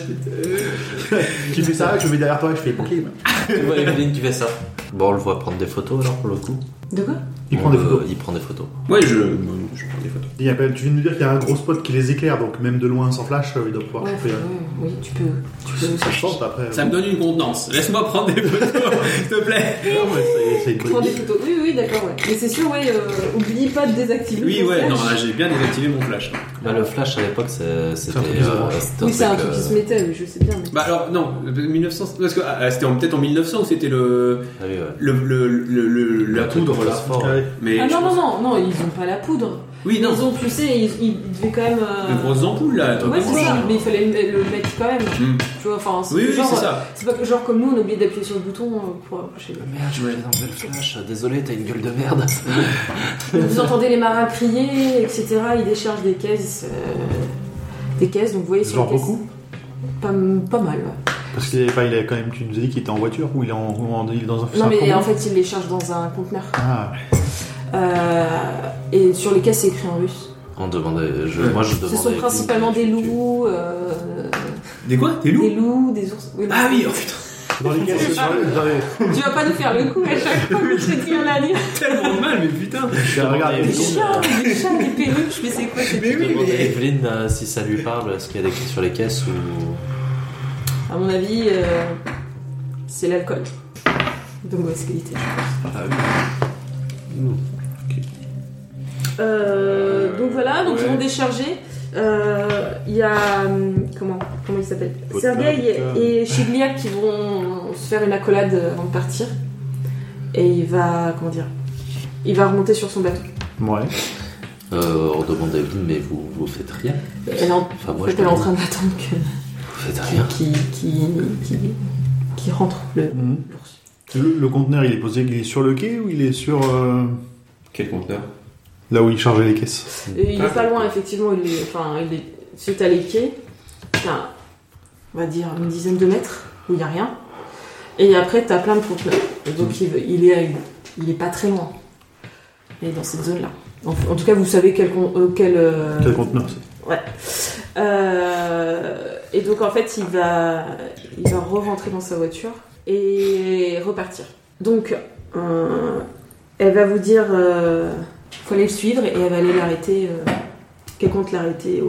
Speaker 4: Tu fais ça, je me mets derrière toi et je fais pour qui bah
Speaker 5: Tu vois, Evelyne, tu fais ça. Bon, on le voit prendre des photos alors pour le coup.
Speaker 3: De quoi
Speaker 4: Il
Speaker 5: On
Speaker 4: prend des
Speaker 5: le-
Speaker 4: photos.
Speaker 5: Il prend des photos.
Speaker 6: Ouais, je, je prends des photos.
Speaker 4: Il y a quand même- tu viens de nous dire qu'il y a un gros spot qui les éclaire, donc même de loin sans flash, euh, il doit pouvoir
Speaker 3: Ouais,
Speaker 4: choper.
Speaker 3: ouais, oui, tu peux. Tu peux
Speaker 4: Ça se porte après.
Speaker 6: Ça me donne une contenance. Laisse-moi prendre des photos, s'il te plaît.
Speaker 4: Non, mais c'est- c'est une bonne
Speaker 3: prends des
Speaker 4: idée.
Speaker 3: photos. Oui, oui, d'accord, ouais. Mais c'est sûr, ouais, euh, oublie pas de désactiver.
Speaker 6: Oui,
Speaker 3: ton
Speaker 6: ouais,
Speaker 3: flash.
Speaker 6: non, là, j'ai bien désactivé mon flash.
Speaker 5: Là, le flash à l'époque, c'est- c'était.
Speaker 4: un truc bizarre.
Speaker 5: c'était
Speaker 3: Oui, c'est un truc
Speaker 5: euh,
Speaker 3: qui se mettait, oui, je sais bien. mais-
Speaker 6: Bah alors, non, 1900. Parce que ah, c'était en- peut-être en 1900 ou c'était le,
Speaker 5: ah oui, ouais.
Speaker 6: le, le, le- le- la
Speaker 5: Le truc
Speaker 6: poudre
Speaker 5: qu'on
Speaker 6: là.
Speaker 5: passe fort.
Speaker 4: Ah ouais.
Speaker 6: Mais
Speaker 3: Ah
Speaker 6: je
Speaker 3: non, non,
Speaker 6: pense-
Speaker 3: non, non, ils ont pas la poudre.
Speaker 6: Oui, non,
Speaker 3: Ils ont, tu sais, ils, ils devaient quand même. euh,
Speaker 6: de grosses ampoules là.
Speaker 3: Ouais, c'est
Speaker 6: orange.
Speaker 3: ça, mais il fallait le le mettre quand même.
Speaker 6: Hmm.
Speaker 3: Tu vois, enfin, c'est
Speaker 6: Oui, oui,
Speaker 3: genre. euh,
Speaker 6: c'est ça.
Speaker 3: c'est pas que- genre comme nous, on oublie d'appuyer sur le bouton euh, pour approcher.
Speaker 5: Merde, je voulais enlever le flash. Désolé, t'as une gueule de merde.
Speaker 3: Donc, vous entendez les marins crier, etc. Ils déchargent des caisses. euh, Des caisses, donc vous voyez sur
Speaker 4: Genre
Speaker 3: les caisses-
Speaker 4: beaucoup
Speaker 3: pas, pas mal, ouais.
Speaker 4: Parce qu'il est- enfin, il a quand même, tu nous as dit qu'il était en voiture ou il est, en, ou en- il est dans un c'est
Speaker 3: Non
Speaker 4: un
Speaker 3: mais
Speaker 4: fourgon
Speaker 3: en fait ils les chargent dans un conteneur.
Speaker 4: Ah,
Speaker 3: Euh, et sur les caisses c'est écrit en russe.
Speaker 5: On demandait. je- moi, je demandais.
Speaker 3: Ce sont
Speaker 5: à
Speaker 3: principalement des
Speaker 5: Evelyne, tu-
Speaker 3: loups, euh,
Speaker 6: Des quoi Des
Speaker 3: des
Speaker 6: loups
Speaker 3: loups, des ours. Bah Oui,
Speaker 6: Ah
Speaker 3: mais-
Speaker 6: oui, oh putain.
Speaker 4: dans les caisses, sur les- dans les-
Speaker 3: Tu vas pas nous faire le coup à chaque fois que je te dis on a dit.
Speaker 6: tellement de mal, mais putain.
Speaker 4: Bah, Regarde, euh,
Speaker 3: Des
Speaker 5: Evelyne,
Speaker 3: chiens, des chats, des perruches, mais c'est quoi cette
Speaker 5: Je demandais à Evelyne euh, si ça lui parle, est-ce qu'il y a des sur les caisses ou.
Speaker 3: À mon avis, euh, c'est l'alcool. De mauvaise qualité.
Speaker 5: Ah
Speaker 3: Euh, donc voilà, donc ils
Speaker 6: Ouais.
Speaker 3: ont déchargé. Euh, Il y a hum, comment comment il s'appelle
Speaker 4: Vodka,
Speaker 3: Sergei
Speaker 4: vodka.
Speaker 3: et Chigliac qui vont se faire une accolade euh, avant de partir. Et il va comment dire Il va remonter sur son bateau.
Speaker 4: Ouais.
Speaker 5: Euh, on demande à Evelyne, mais vous, vous faites rien.
Speaker 3: Elle est en,
Speaker 5: Enfin,
Speaker 3: en
Speaker 5: Ah, moi,
Speaker 3: fait,
Speaker 5: je
Speaker 3: elle est en
Speaker 5: demande,
Speaker 3: train d'attendre que
Speaker 5: Vous faites rien.
Speaker 3: qui qui qui, qui rentre le
Speaker 5: Mhm.
Speaker 3: l'ours.
Speaker 4: Le, le conteneur, il est posé, il est sur le quai ou il est sur euh,
Speaker 6: Quel conteneur
Speaker 4: là où il chargeait les caisses
Speaker 3: Et il
Speaker 6: Ah,
Speaker 3: est pas loin effectivement. Il est enfin il est suite à les quais. c'est à, on va dire une dizaine de mètres où il y a rien. Et après t'as plein de conteneurs. Et
Speaker 4: Mm.
Speaker 3: donc il, il est à une- il est pas très loin. Il est dans cette zone là. En, en tout cas vous savez quel con- euh, quel, euh,
Speaker 4: Quel conteneur c'est
Speaker 3: Euh, et donc en fait, il va, il va re-rentrer dans sa voiture et repartir. Donc, euh, elle va vous dire, euh, faut aller le suivre et elle va aller l'arrêter. euh, qu'elle compte l'arrêter au,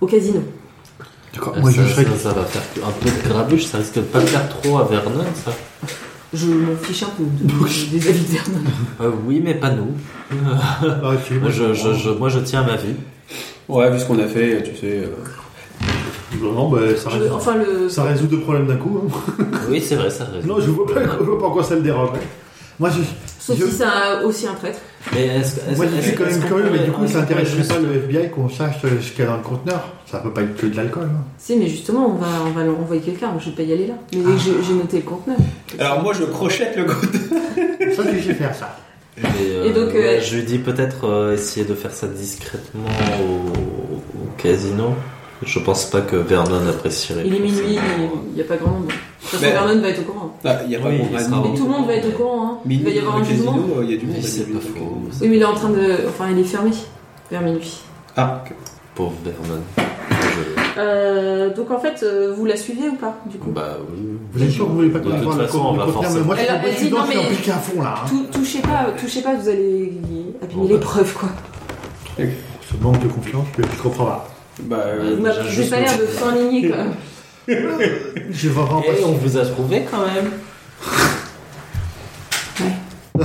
Speaker 3: au casino.
Speaker 4: D'accord.
Speaker 5: Euh,
Speaker 4: Moi,
Speaker 5: ça,
Speaker 4: je serais.
Speaker 5: ça, ça va faire un peu de grabuche, ça risque de pas faire trop à Vernon, ça.
Speaker 3: Je m'en fiche un peu de- des avis de Vernon.
Speaker 5: Euh, oui, mais pas nous.
Speaker 4: Ah,
Speaker 5: Moi
Speaker 4: excusez-moi,
Speaker 5: je, je- je- moi, je tiens à ma vie.
Speaker 6: Ouais, vu ce qu'on a fait, tu sais. euh,
Speaker 4: Non, non, bah, ça,
Speaker 3: Je-
Speaker 4: résout,
Speaker 3: Enfin, le.
Speaker 4: ça résout deux problèmes d'un coup. hein.
Speaker 5: Oui, c'est vrai, ça raison.
Speaker 4: Non, je vois pas, je vois pas en quoi ça le dérange. Moi, je,
Speaker 3: Sauf
Speaker 4: je-
Speaker 3: si c'est un- aussi un prêtre.
Speaker 5: Mais est-ce que. est-ce-
Speaker 4: moi, je
Speaker 5: est-ce-
Speaker 4: suis quand
Speaker 5: est-ce
Speaker 4: même
Speaker 5: qu'on
Speaker 4: curieux, mais
Speaker 5: pourrait-
Speaker 4: du coup,
Speaker 5: est-ce
Speaker 4: ça
Speaker 5: qu'on pourrait
Speaker 4: intéresserait
Speaker 5: juste-
Speaker 4: pas le FBI qu'on sache euh, ce qu'il y a dans le conteneur. Ça peut pas être que de l'alcool. hein.
Speaker 3: Si, mais justement, on va, on va leur envoyer quelqu'un. Je vais pas y aller là. Mais
Speaker 5: Ah.
Speaker 3: j'ai j'ai noté le conteneur.
Speaker 6: Alors moi je crochette le côté.
Speaker 4: Ça, tu sais faire ça.
Speaker 5: Mais, euh,
Speaker 3: Et donc,
Speaker 5: ouais,
Speaker 3: euh,
Speaker 5: je lui dis peut-être euh, essayer de faire ça discrètement au, au casino. Je pense pas que Vernon apprécierait.
Speaker 3: Il est minuit, il n'y a pas grand monde. De toute façon,
Speaker 6: Mais-
Speaker 3: Vernon va être au courant.
Speaker 6: Bah, il y a
Speaker 5: Oui,
Speaker 6: vraiment
Speaker 5: il
Speaker 6: pas
Speaker 5: sera
Speaker 3: Mais tout le monde va être au courant, hein. Il va y avoir un jugement.
Speaker 6: casino, il y a du monde.
Speaker 5: Oui, c'est pas faux.
Speaker 3: Oui, mais il est en train de. Enfin, il est fermé vers minuit.
Speaker 6: Ah,
Speaker 5: Pauvre Vernon. Je-
Speaker 3: Euh, donc en fait, euh, vous la suivez ou pas du coup
Speaker 5: Bah oui.
Speaker 11: Vous êtes sûr que vous voulez pas
Speaker 5: De
Speaker 11: qu'on
Speaker 5: toute
Speaker 11: parle
Speaker 5: façon, on va
Speaker 11: mais
Speaker 5: forcément-
Speaker 11: moi je suis
Speaker 3: Elle- elle
Speaker 11: en
Speaker 3: dit non,
Speaker 11: président, je suis en
Speaker 3: mais-
Speaker 11: pique à fond là. hein.
Speaker 3: Tou- touchez pas, touchez pas, vous allez
Speaker 5: Bah. Bon,
Speaker 3: abîmer
Speaker 5: bah.
Speaker 3: les preuves quoi.
Speaker 11: Ce manque de confiance, je je comprends pas.
Speaker 6: Bah,
Speaker 5: euh,
Speaker 3: Vous
Speaker 5: déjà,
Speaker 3: n'avez
Speaker 5: juste
Speaker 3: pas l'air de
Speaker 5: le-
Speaker 3: s'enligner quand même.
Speaker 11: Je vais vraiment pas.
Speaker 5: Et Eh, on vous a trouvé quand même.
Speaker 3: Ouais.
Speaker 5: Euh,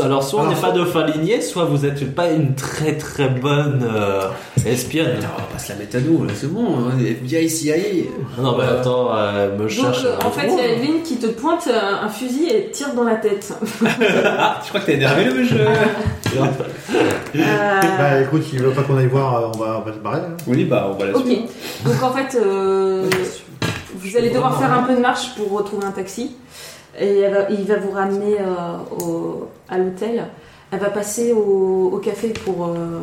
Speaker 5: euh, Alors soit on
Speaker 11: Alors,
Speaker 5: n'est pas de fin lignée, soit vous êtes une- pas une très très bonne euh, espionne.
Speaker 6: on va pas se la mettre à nous, là, c'est bon, hein, FBI, CIA.
Speaker 5: Non mais attends, euh, me
Speaker 3: Donc
Speaker 5: cherche.
Speaker 3: euh, en
Speaker 5: un hein.
Speaker 3: fait, il
Speaker 5: gros.
Speaker 3: y a Edwin qui te pointe euh, un fusil et tire dans la tête.
Speaker 12: Ah, je crois que t'as énervé le jeu.
Speaker 3: Euh,
Speaker 11: Bah écoute, s'il veut pas qu'on aille voir, euh, on va, on va se barrer. hein.
Speaker 12: Oui,
Speaker 6: Ah,
Speaker 12: bah on va la
Speaker 3: Ok,
Speaker 12: suivre.
Speaker 3: donc en fait, euh, vous allez devoir
Speaker 5: vraiment-
Speaker 3: faire un peu de marche pour retrouver un taxi. Et elle va- il va vous ramener euh, au- à l'hôtel. Elle va passer au, au café pour euh,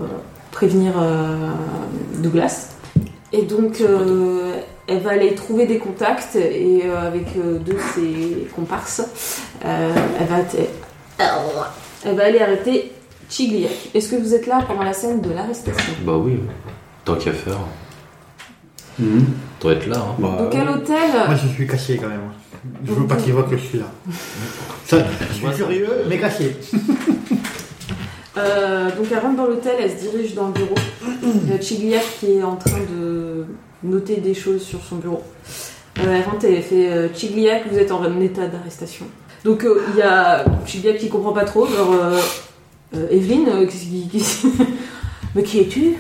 Speaker 3: prévenir euh, Douglas. Et donc, euh, elle va aller trouver des contacts et euh, avec euh, deux de ses comparses, euh, elle, va atta- elle va aller arrêter Chigliac. Est-ce que vous êtes là pendant la scène de l'arrestation
Speaker 5: Bah oui, tant qu'à faire,
Speaker 6: Mhm.
Speaker 5: doit être là. hein.
Speaker 6: Bah,
Speaker 3: Donc à l'hôtel...
Speaker 11: Moi je suis cassé quand même. Je veux pas qu'il voit que je suis là. Ça, je suis
Speaker 5: vois ça.
Speaker 11: curieux, mais cassé.
Speaker 3: Euh, donc elle rentre dans l'hôtel, elle se dirige dans le bureau. Il y a Chigliac qui est en train de noter des choses sur son bureau. Euh, elle rentre et elle fait euh, Chigliac, vous êtes en état d'arrestation. Donc euh, il y a Chigliac qui comprend pas trop, genre euh, euh, Evelyne, euh, qu'est-ce qui- qu'est-ce- mais qui es-tu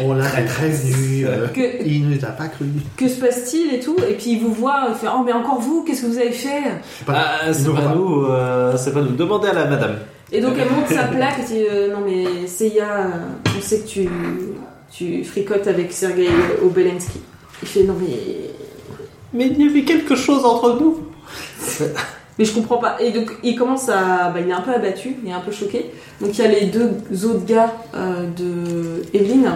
Speaker 11: On l'a prévenu. euh,
Speaker 3: Que-
Speaker 11: Il ne t'a pas cru.
Speaker 3: Que se passe-t-il et tout Et puis il vous voit, il fait Oh, mais encore vous, qu'est-ce que vous avez fait
Speaker 11: Je sais pas.
Speaker 5: Ah, c'est
Speaker 11: Ils
Speaker 5: pas,
Speaker 11: ont pas.
Speaker 5: nous, euh, c'est pas nous. Demandez à la madame.
Speaker 3: Et donc elle monte sa plaque et dit euh, Non mais Seiya, euh, on sait que tu, tu fricotes avec Sergei Obelensky. Il fait Non mais.
Speaker 5: Mais il y avait quelque chose entre nous.
Speaker 3: Mais je comprends pas. Et donc il commence à. Bah, il est un peu abattu, il est un peu choqué. Donc il y a les deux autres gars euh, de Evelyne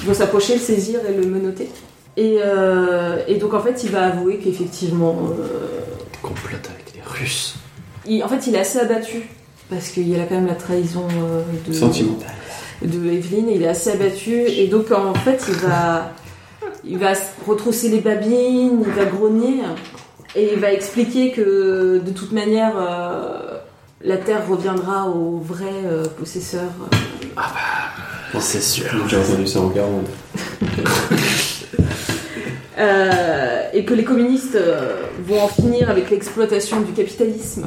Speaker 3: qui vont s'approcher, le saisir et le menotter. Et, euh, et donc en fait il va avouer qu'effectivement. euh,
Speaker 5: Complote avec les Russes.
Speaker 3: il- en fait il est assez abattu parce qu'il y a là, quand même la trahison euh, de.
Speaker 6: Sentimental.
Speaker 3: de Evelyne, il est assez abattu et donc en fait il va, il va se retrousser les babines, il va grogner et il va expliquer que de toute manière euh, la terre reviendra au vrai euh, possesseur.
Speaker 5: C'est sûr.
Speaker 6: J'ai entendu ça en 40.
Speaker 3: Euh, et que les communistes euh, vont en finir avec l'exploitation du capitalisme.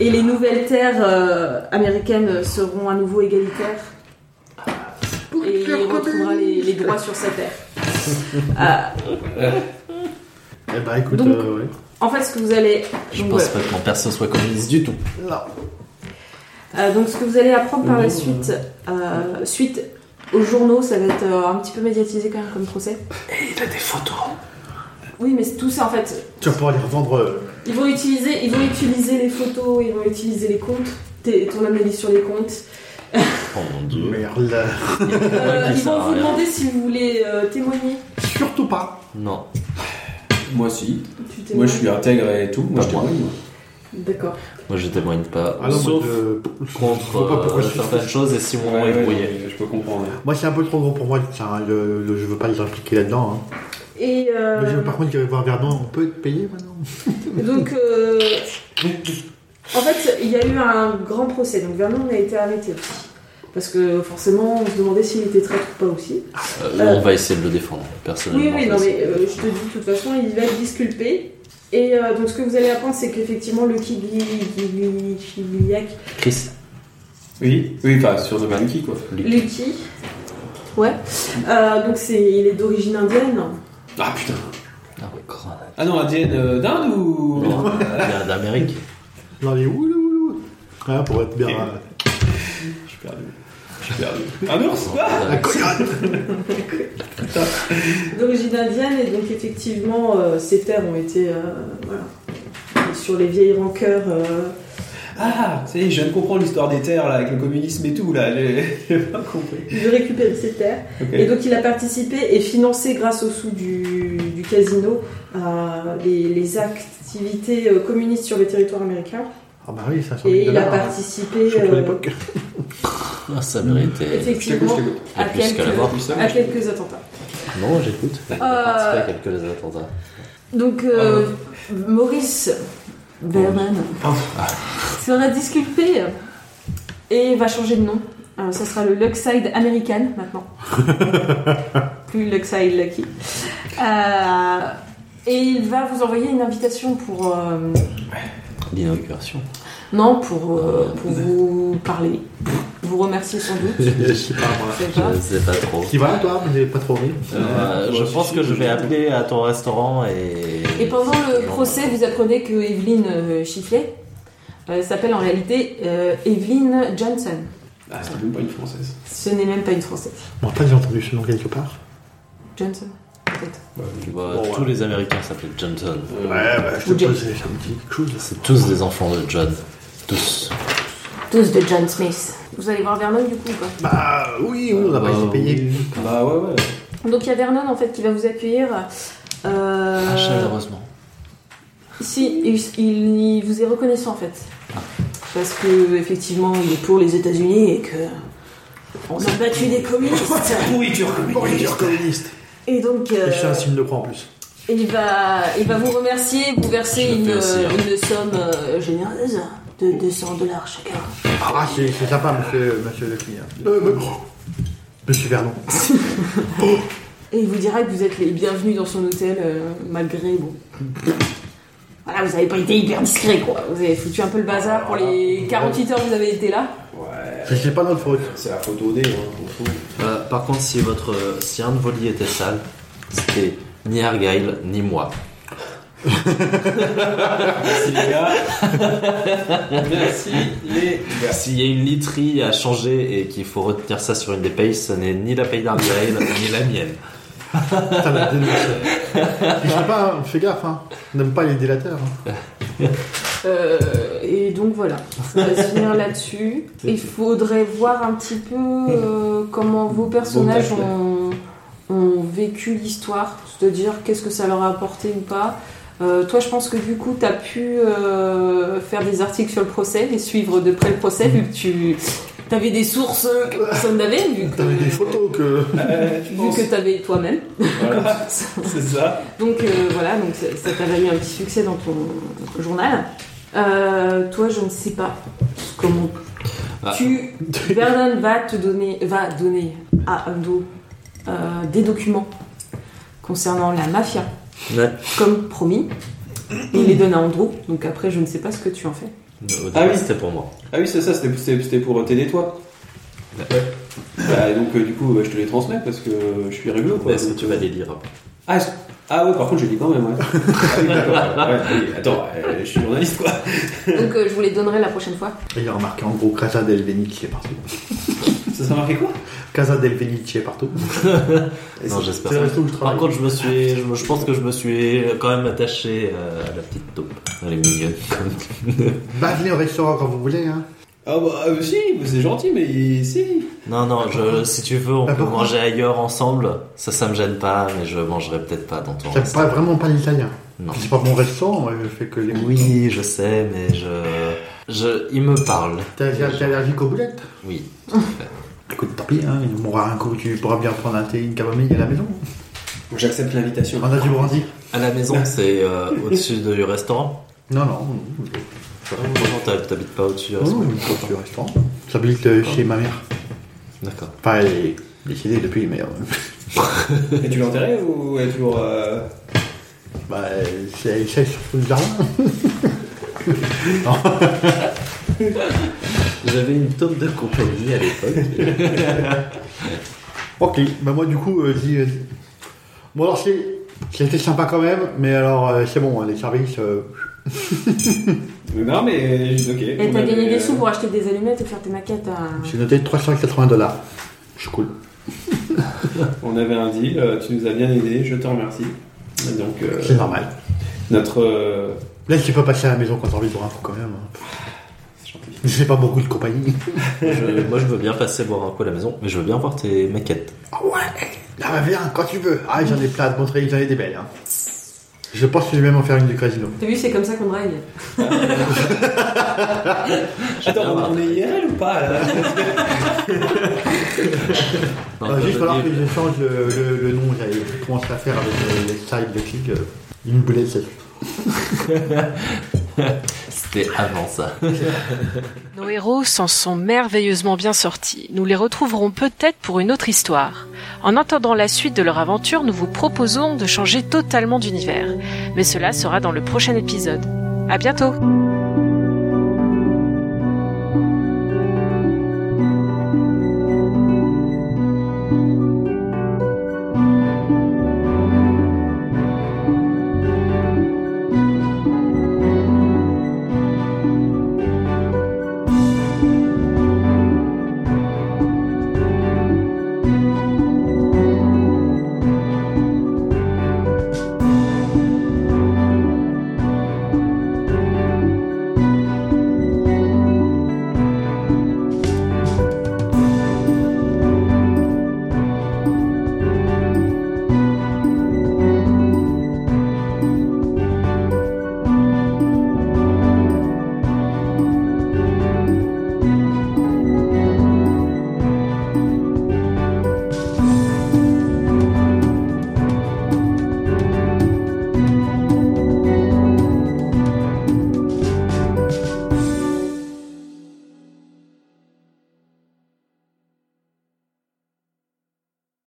Speaker 3: Et les nouvelles terres euh, américaines seront à nouveau égalitaires. Et il retrouvera les, les droits sur sa terre. Euh,
Speaker 11: Eh
Speaker 5: ben,
Speaker 11: bah écoute,
Speaker 3: Donc-
Speaker 11: euh, ouais.
Speaker 3: En fait, ce que vous allez.
Speaker 5: Je
Speaker 3: donc,
Speaker 5: pense
Speaker 3: euh,
Speaker 5: pas que mon perso soit communiste du tout.
Speaker 3: euh, donc, ce que vous allez apprendre par la suite, euh, suite aux journaux, ça va être euh, un petit peu médiatisé quand même comme procès.
Speaker 5: Il a des photos.
Speaker 3: Oui, mais c'est tout ça en fait.
Speaker 11: tu vas pouvoir les revendre. euh,
Speaker 3: Ils vont utiliser, ils vont utiliser les photos, ils vont utiliser les comptes, tes- ton analyse sur les comptes.
Speaker 5: Oh mon dieu.
Speaker 11: Merde.
Speaker 3: Euh,
Speaker 5: Ouais,
Speaker 3: ils
Speaker 5: ça
Speaker 3: vont
Speaker 5: sert à
Speaker 3: vous
Speaker 5: rien.
Speaker 3: demander si vous voulez euh, témoigner.
Speaker 11: Surtout pas.
Speaker 5: Non.
Speaker 6: Moi si.
Speaker 3: Tu témoignes
Speaker 6: Moi je suis intègre et tout. Moi
Speaker 5: Pas
Speaker 6: je
Speaker 5: moi.
Speaker 6: témoigne. moi.
Speaker 3: D'accord.
Speaker 5: Moi je témoigne pas.
Speaker 11: Ah non,
Speaker 5: Sauf
Speaker 11: moi, je- je
Speaker 5: contre
Speaker 11: vois pas pourquoi
Speaker 5: euh,
Speaker 11: je suis-
Speaker 5: certaines choses et si mon nom
Speaker 6: Ouais,
Speaker 5: est
Speaker 6: ouais,
Speaker 5: brouillé.
Speaker 6: non, Je peux comprendre.
Speaker 11: Moi, c'est un peu trop gros pour moi. ça, hein, le- le- je veux pas les impliquer là-dedans. hein.
Speaker 3: Et euh,
Speaker 11: Mais je- par contre, j'irai voir Verdun, on peut te payer maintenant
Speaker 3: donc, euh, en fait, il y a eu un grand procès. Donc, Vernon a été arrêté aussi. Parce que forcément, on se demandait s'il était traître ou pas aussi.
Speaker 5: Euh,
Speaker 3: Euh,
Speaker 5: On va essayer de le défendre,
Speaker 3: Oui,
Speaker 5: personnellement.
Speaker 3: oui, non,
Speaker 5: parce-
Speaker 3: mais euh, je te dis, de toute façon, il va être disculpé. Et euh, donc, ce que vous allez apprendre, c'est qu'effectivement, le Kibli- Kibli- Kibliak.
Speaker 5: Chris,
Speaker 6: Oui, oui, enfin sur de qui quoi.
Speaker 3: Lucky. Ouais. Euh, donc, c'est, il est d'origine indienne.
Speaker 6: Ah putain.
Speaker 5: ah ouais, grenade.
Speaker 6: Ah non, indienne euh, d'Inde ou
Speaker 5: Non, il vient d'Amérique.
Speaker 11: Dans les oulou, oulou. Ah, pour être bien.
Speaker 6: Et-
Speaker 11: euh,
Speaker 6: Je suis perdu. Je suis perdu. Un ours
Speaker 5: Ah,
Speaker 11: la coyote.
Speaker 3: D'origine indienne, et donc, effectivement, euh, ses terres ont été. euh, voilà. Sur les vieilles rancœurs. euh,
Speaker 6: Ah, ça y est, je viens de comprendre l'histoire des terres là, avec le communisme et tout là, j'ai j'ai pas compris.
Speaker 3: il veut récupérer ses terres.
Speaker 6: Ok.
Speaker 3: Et donc, il a participé et financé grâce aux sous du, du casino euh, les, les activités euh, communistes sur le territoire américain.
Speaker 11: Ah, bah oui, ça, 100 000
Speaker 3: Et il a
Speaker 11: dollars. hein.
Speaker 3: participé.
Speaker 11: Surtout à
Speaker 3: euh,
Speaker 11: l'époque.
Speaker 5: Ah, ça méritait.
Speaker 3: Effectivement,
Speaker 6: je t'écoute.
Speaker 3: à
Speaker 5: Et plus qu'à la
Speaker 3: quelques,
Speaker 5: mort.
Speaker 6: Plus ça,
Speaker 3: à quelques attentats.
Speaker 5: Non, j'écoute. J'ai participé à quelques attentats.
Speaker 3: Donc, euh,
Speaker 5: Ah
Speaker 3: Maurice Berman sera disculpé et va changer de nom. Euh, ça sera le Luckside American maintenant. Plus Luckside Lucky. Euh, et il va vous envoyer une invitation pour. euh,
Speaker 5: L'inauguration.
Speaker 3: non, pour, euh, pour vous parler. Vous remercier sans doute.
Speaker 5: je sais pas, moi.
Speaker 3: Je sais pas.
Speaker 5: Je sais pas trop.
Speaker 4: Qui va, toi J'ai pas trop envie.
Speaker 5: Ah. Euh, je pense que je vais appeler à ton restaurant et.
Speaker 3: Et pendant le
Speaker 5: Non.
Speaker 3: procès, vous apprenez que Evelyn euh, Chifflet euh, s'appelle en réalité euh, Evelyn Johnson.
Speaker 6: Ah, c'est même pas une française.
Speaker 3: Ce n'est même pas une Française.
Speaker 4: Bon, pas j'ai entendu ce nom quelque part.
Speaker 3: Johnson, peut-être.
Speaker 5: Bah, Tous les Américains s'appellent Johnson.
Speaker 3: Euh,
Speaker 4: Ouais, bah, je te
Speaker 3: Ou
Speaker 4: pose, ça me dit quelque chose.
Speaker 5: C'est tous des enfants de John. Tous.
Speaker 3: Tous de John Smith. Vous allez voir Vernon du coup, quoi.
Speaker 4: Bah oui, oui, on n'a pas été payé.
Speaker 6: Bah ouais, ouais.
Speaker 3: Donc il y a Vernon en fait qui va vous accueillir. Euh,
Speaker 5: Ah, chaleureusement.
Speaker 3: si, il, il- il vous est reconnaissant en fait. Parce que effectivement, il est pour les États-Unis et que. On a battu des communistes.
Speaker 4: Pourriture communiste. Pourriture communiste.
Speaker 3: Et donc. euh,
Speaker 4: Et je suis un signe de croix en plus.
Speaker 3: Et il va, il va vous remercier, vous verser
Speaker 5: Je le
Speaker 3: une,
Speaker 5: fais aussi, hein.
Speaker 3: une somme euh, généreuse de 200 dollars chacun.
Speaker 4: Ah, c'est c'est sympa, monsieur, monsieur le client. Euh, mais- oh. Monsieur Vernon.
Speaker 3: Et il vous dira que vous êtes les bienvenus dans son hôtel, euh, malgré, bon... Voilà, vous avez pas été hyper discret, quoi. Vous avez foutu un peu le bazar pour les 48 heures que vous avez été là.
Speaker 6: Ouais,
Speaker 4: C'est- C'est pas notre faute.
Speaker 6: c'est la photo D, hein, on trouve.
Speaker 5: Euh, par contre, si votre, euh, si un de vos lits était sale, c'était ni Argyle ni moi.
Speaker 6: Merci les gars. Merci les gars.
Speaker 5: S'il y a une literie à changer et qu'il faut retenir ça sur une des payes, ce n'est ni la paye d'Argyle ni la mienne.
Speaker 4: Ça m'a dénoncé. Je sais pas, hein, fais gaffe, hein. On n'aime pas les délateurs. hein.
Speaker 3: Euh, et donc voilà, ça va se finir là-dessus. Il faudrait voir un petit peu euh, comment vos personnages
Speaker 6: Bon, d'accord.
Speaker 3: ont, ont vécu l'histoire, c'est-à-dire qu'est-ce que ça leur a apporté ou pas. Euh, toi, je pense que du coup, tu as pu euh, faire des articles sur le procès et suivre de près le procès vu que tu avais des sources euh, que personne n'avait, vu
Speaker 4: T'avais des
Speaker 3: que,
Speaker 4: photos que.
Speaker 6: Euh, tu
Speaker 3: vu
Speaker 6: penses-
Speaker 3: que tu avais toi-même.
Speaker 6: Voilà, c'est ça.
Speaker 3: Donc euh, voilà, donc ça ça t'a valu un petit succès dans ton journal. Euh, toi, je ne sais pas comment.
Speaker 5: Ah.
Speaker 3: Tu, Vernon va te donner, va donner à Abdo euh, des documents concernant la mafia,
Speaker 5: Ouais.
Speaker 3: comme promis. Il les donne à Andrew, donc après, je ne sais pas ce que tu en fais.
Speaker 5: Au départ,
Speaker 6: Ah oui.
Speaker 5: c'était pour moi.
Speaker 6: Ah oui, c'est ça, c'était- c'était c'était pour euh, t'aider toi. Ouais. Bah, donc euh, du coup, bah, je te les transmets parce que euh, je suis rigolo. quoi.
Speaker 5: Mais Est-ce que tu vas les lire
Speaker 6: Ah, est-ce- ah ouais, par contre, je dis quand même. Ouais. Ah oui, d'accord, ouais, oui, attends, euh, je suis journaliste quoi.
Speaker 3: Donc euh, je vous les donnerai la prochaine fois.
Speaker 4: Il a remarqué en gros Casa del Venice partout.
Speaker 6: Ça ça marqué quoi
Speaker 4: Casa del Venice partout.
Speaker 5: Non, j'espère
Speaker 4: C'est le
Speaker 5: pas.
Speaker 4: resto où je
Speaker 5: Par
Speaker 4: travaille.
Speaker 5: contre, je me suis, je, me- je pense que je me suis quand même attaché euh, à la petite taupe. Elle est mignonne.
Speaker 4: Bah, venez au restaurant quand vous voulez, hein.
Speaker 6: Ah bah euh, si, bah, c'est gentil, mais si.
Speaker 5: non, non, je, si tu veux, on
Speaker 11: Ah,
Speaker 4: Bah,
Speaker 5: peut
Speaker 4: pourquoi
Speaker 5: manger ailleurs ensemble. Ça, ça me gêne pas, mais je mangerai peut-être pas dans ton
Speaker 4: J'aime
Speaker 5: restaurant.
Speaker 4: pas, vraiment pas l'italien.
Speaker 5: Non.
Speaker 4: C'est pas mon restaurant, moi, je fais que les
Speaker 5: Oui, je sais, mais je, je, il me parle.
Speaker 4: T'es aller- t'es allergique aux boulettes
Speaker 5: Oui.
Speaker 4: Écoute, tant pis, hein, il mourra un coup, tu pourras bien prendre un thé, une camomille à la maison.
Speaker 6: J'accepte l'invitation.
Speaker 4: On a du brandy
Speaker 5: À la maison, c'est euh, au-dessus du restaurant.
Speaker 4: Non, non, non,
Speaker 5: Ah, Non, t'hab- t'habites pas au-dessus du
Speaker 4: non,
Speaker 5: restaurant.
Speaker 4: non, non, du restaurant. J'habite euh, chez ma mère.
Speaker 5: D'accord.
Speaker 4: Enfin, elle est décédée depuis, mais... euh,
Speaker 6: Et tu l'as enterré ou elle est toujours. euh,
Speaker 4: bah, c'est- elle sèche sur tout le jardin.
Speaker 5: J'avais une taupe de compagnie à l'époque.
Speaker 4: Ok, bah moi du coup, euh, je dis... euh, Bon alors, c'est... C'était sympa quand même, mais alors euh, c'est bon, hein, les services... euh,
Speaker 6: Mais non, mais ok.
Speaker 3: Et
Speaker 6: on
Speaker 3: t'as
Speaker 6: avait,
Speaker 3: gagné
Speaker 6: euh,
Speaker 3: des sous pour acheter des allumettes et faire tes maquettes à...
Speaker 4: J'ai noté 380 dollars. Je suis cool.
Speaker 6: On avait un deal, euh, tu nous as bien aidé, je te remercie. Donc, euh,
Speaker 4: C'est normal.
Speaker 6: notre. euh,
Speaker 4: Là, tu peux passer à la maison quand t'as envie de boire un coup quand même. hein.
Speaker 6: c'est gentil.
Speaker 4: J'ai pas beaucoup de compagnie.
Speaker 5: Je- moi, je veux bien passer boire un coup à la maison, mais je veux bien voir tes maquettes.
Speaker 4: Ah ouais Ah bah viens, quand tu veux. Ah, j'en ai plein à te montrer, j'en ai des belles. hein.
Speaker 11: Je pense que je vais même en faire une du casino.
Speaker 3: T'as vu, c'est comme ça qu'on drague.
Speaker 6: Attends, on, on est IRL ou pas là
Speaker 5: Non,
Speaker 6: Ah,
Speaker 11: Il va Ah, juste
Speaker 6: bah,
Speaker 5: pas
Speaker 11: falloir
Speaker 5: de-
Speaker 11: que je change le, le- le nom. J'avais commencé à faire avec euh, les styles de Kig. euh, Une boulette, c'est
Speaker 5: C'était avant ça.
Speaker 2: Nos héros s'en sont merveilleusement bien sortis. Nous les retrouverons peut-être pour une autre histoire. En attendant la suite de leur aventure, nous vous proposons de changer totalement d'univers. Mais cela sera dans le prochain épisode. À bientôt!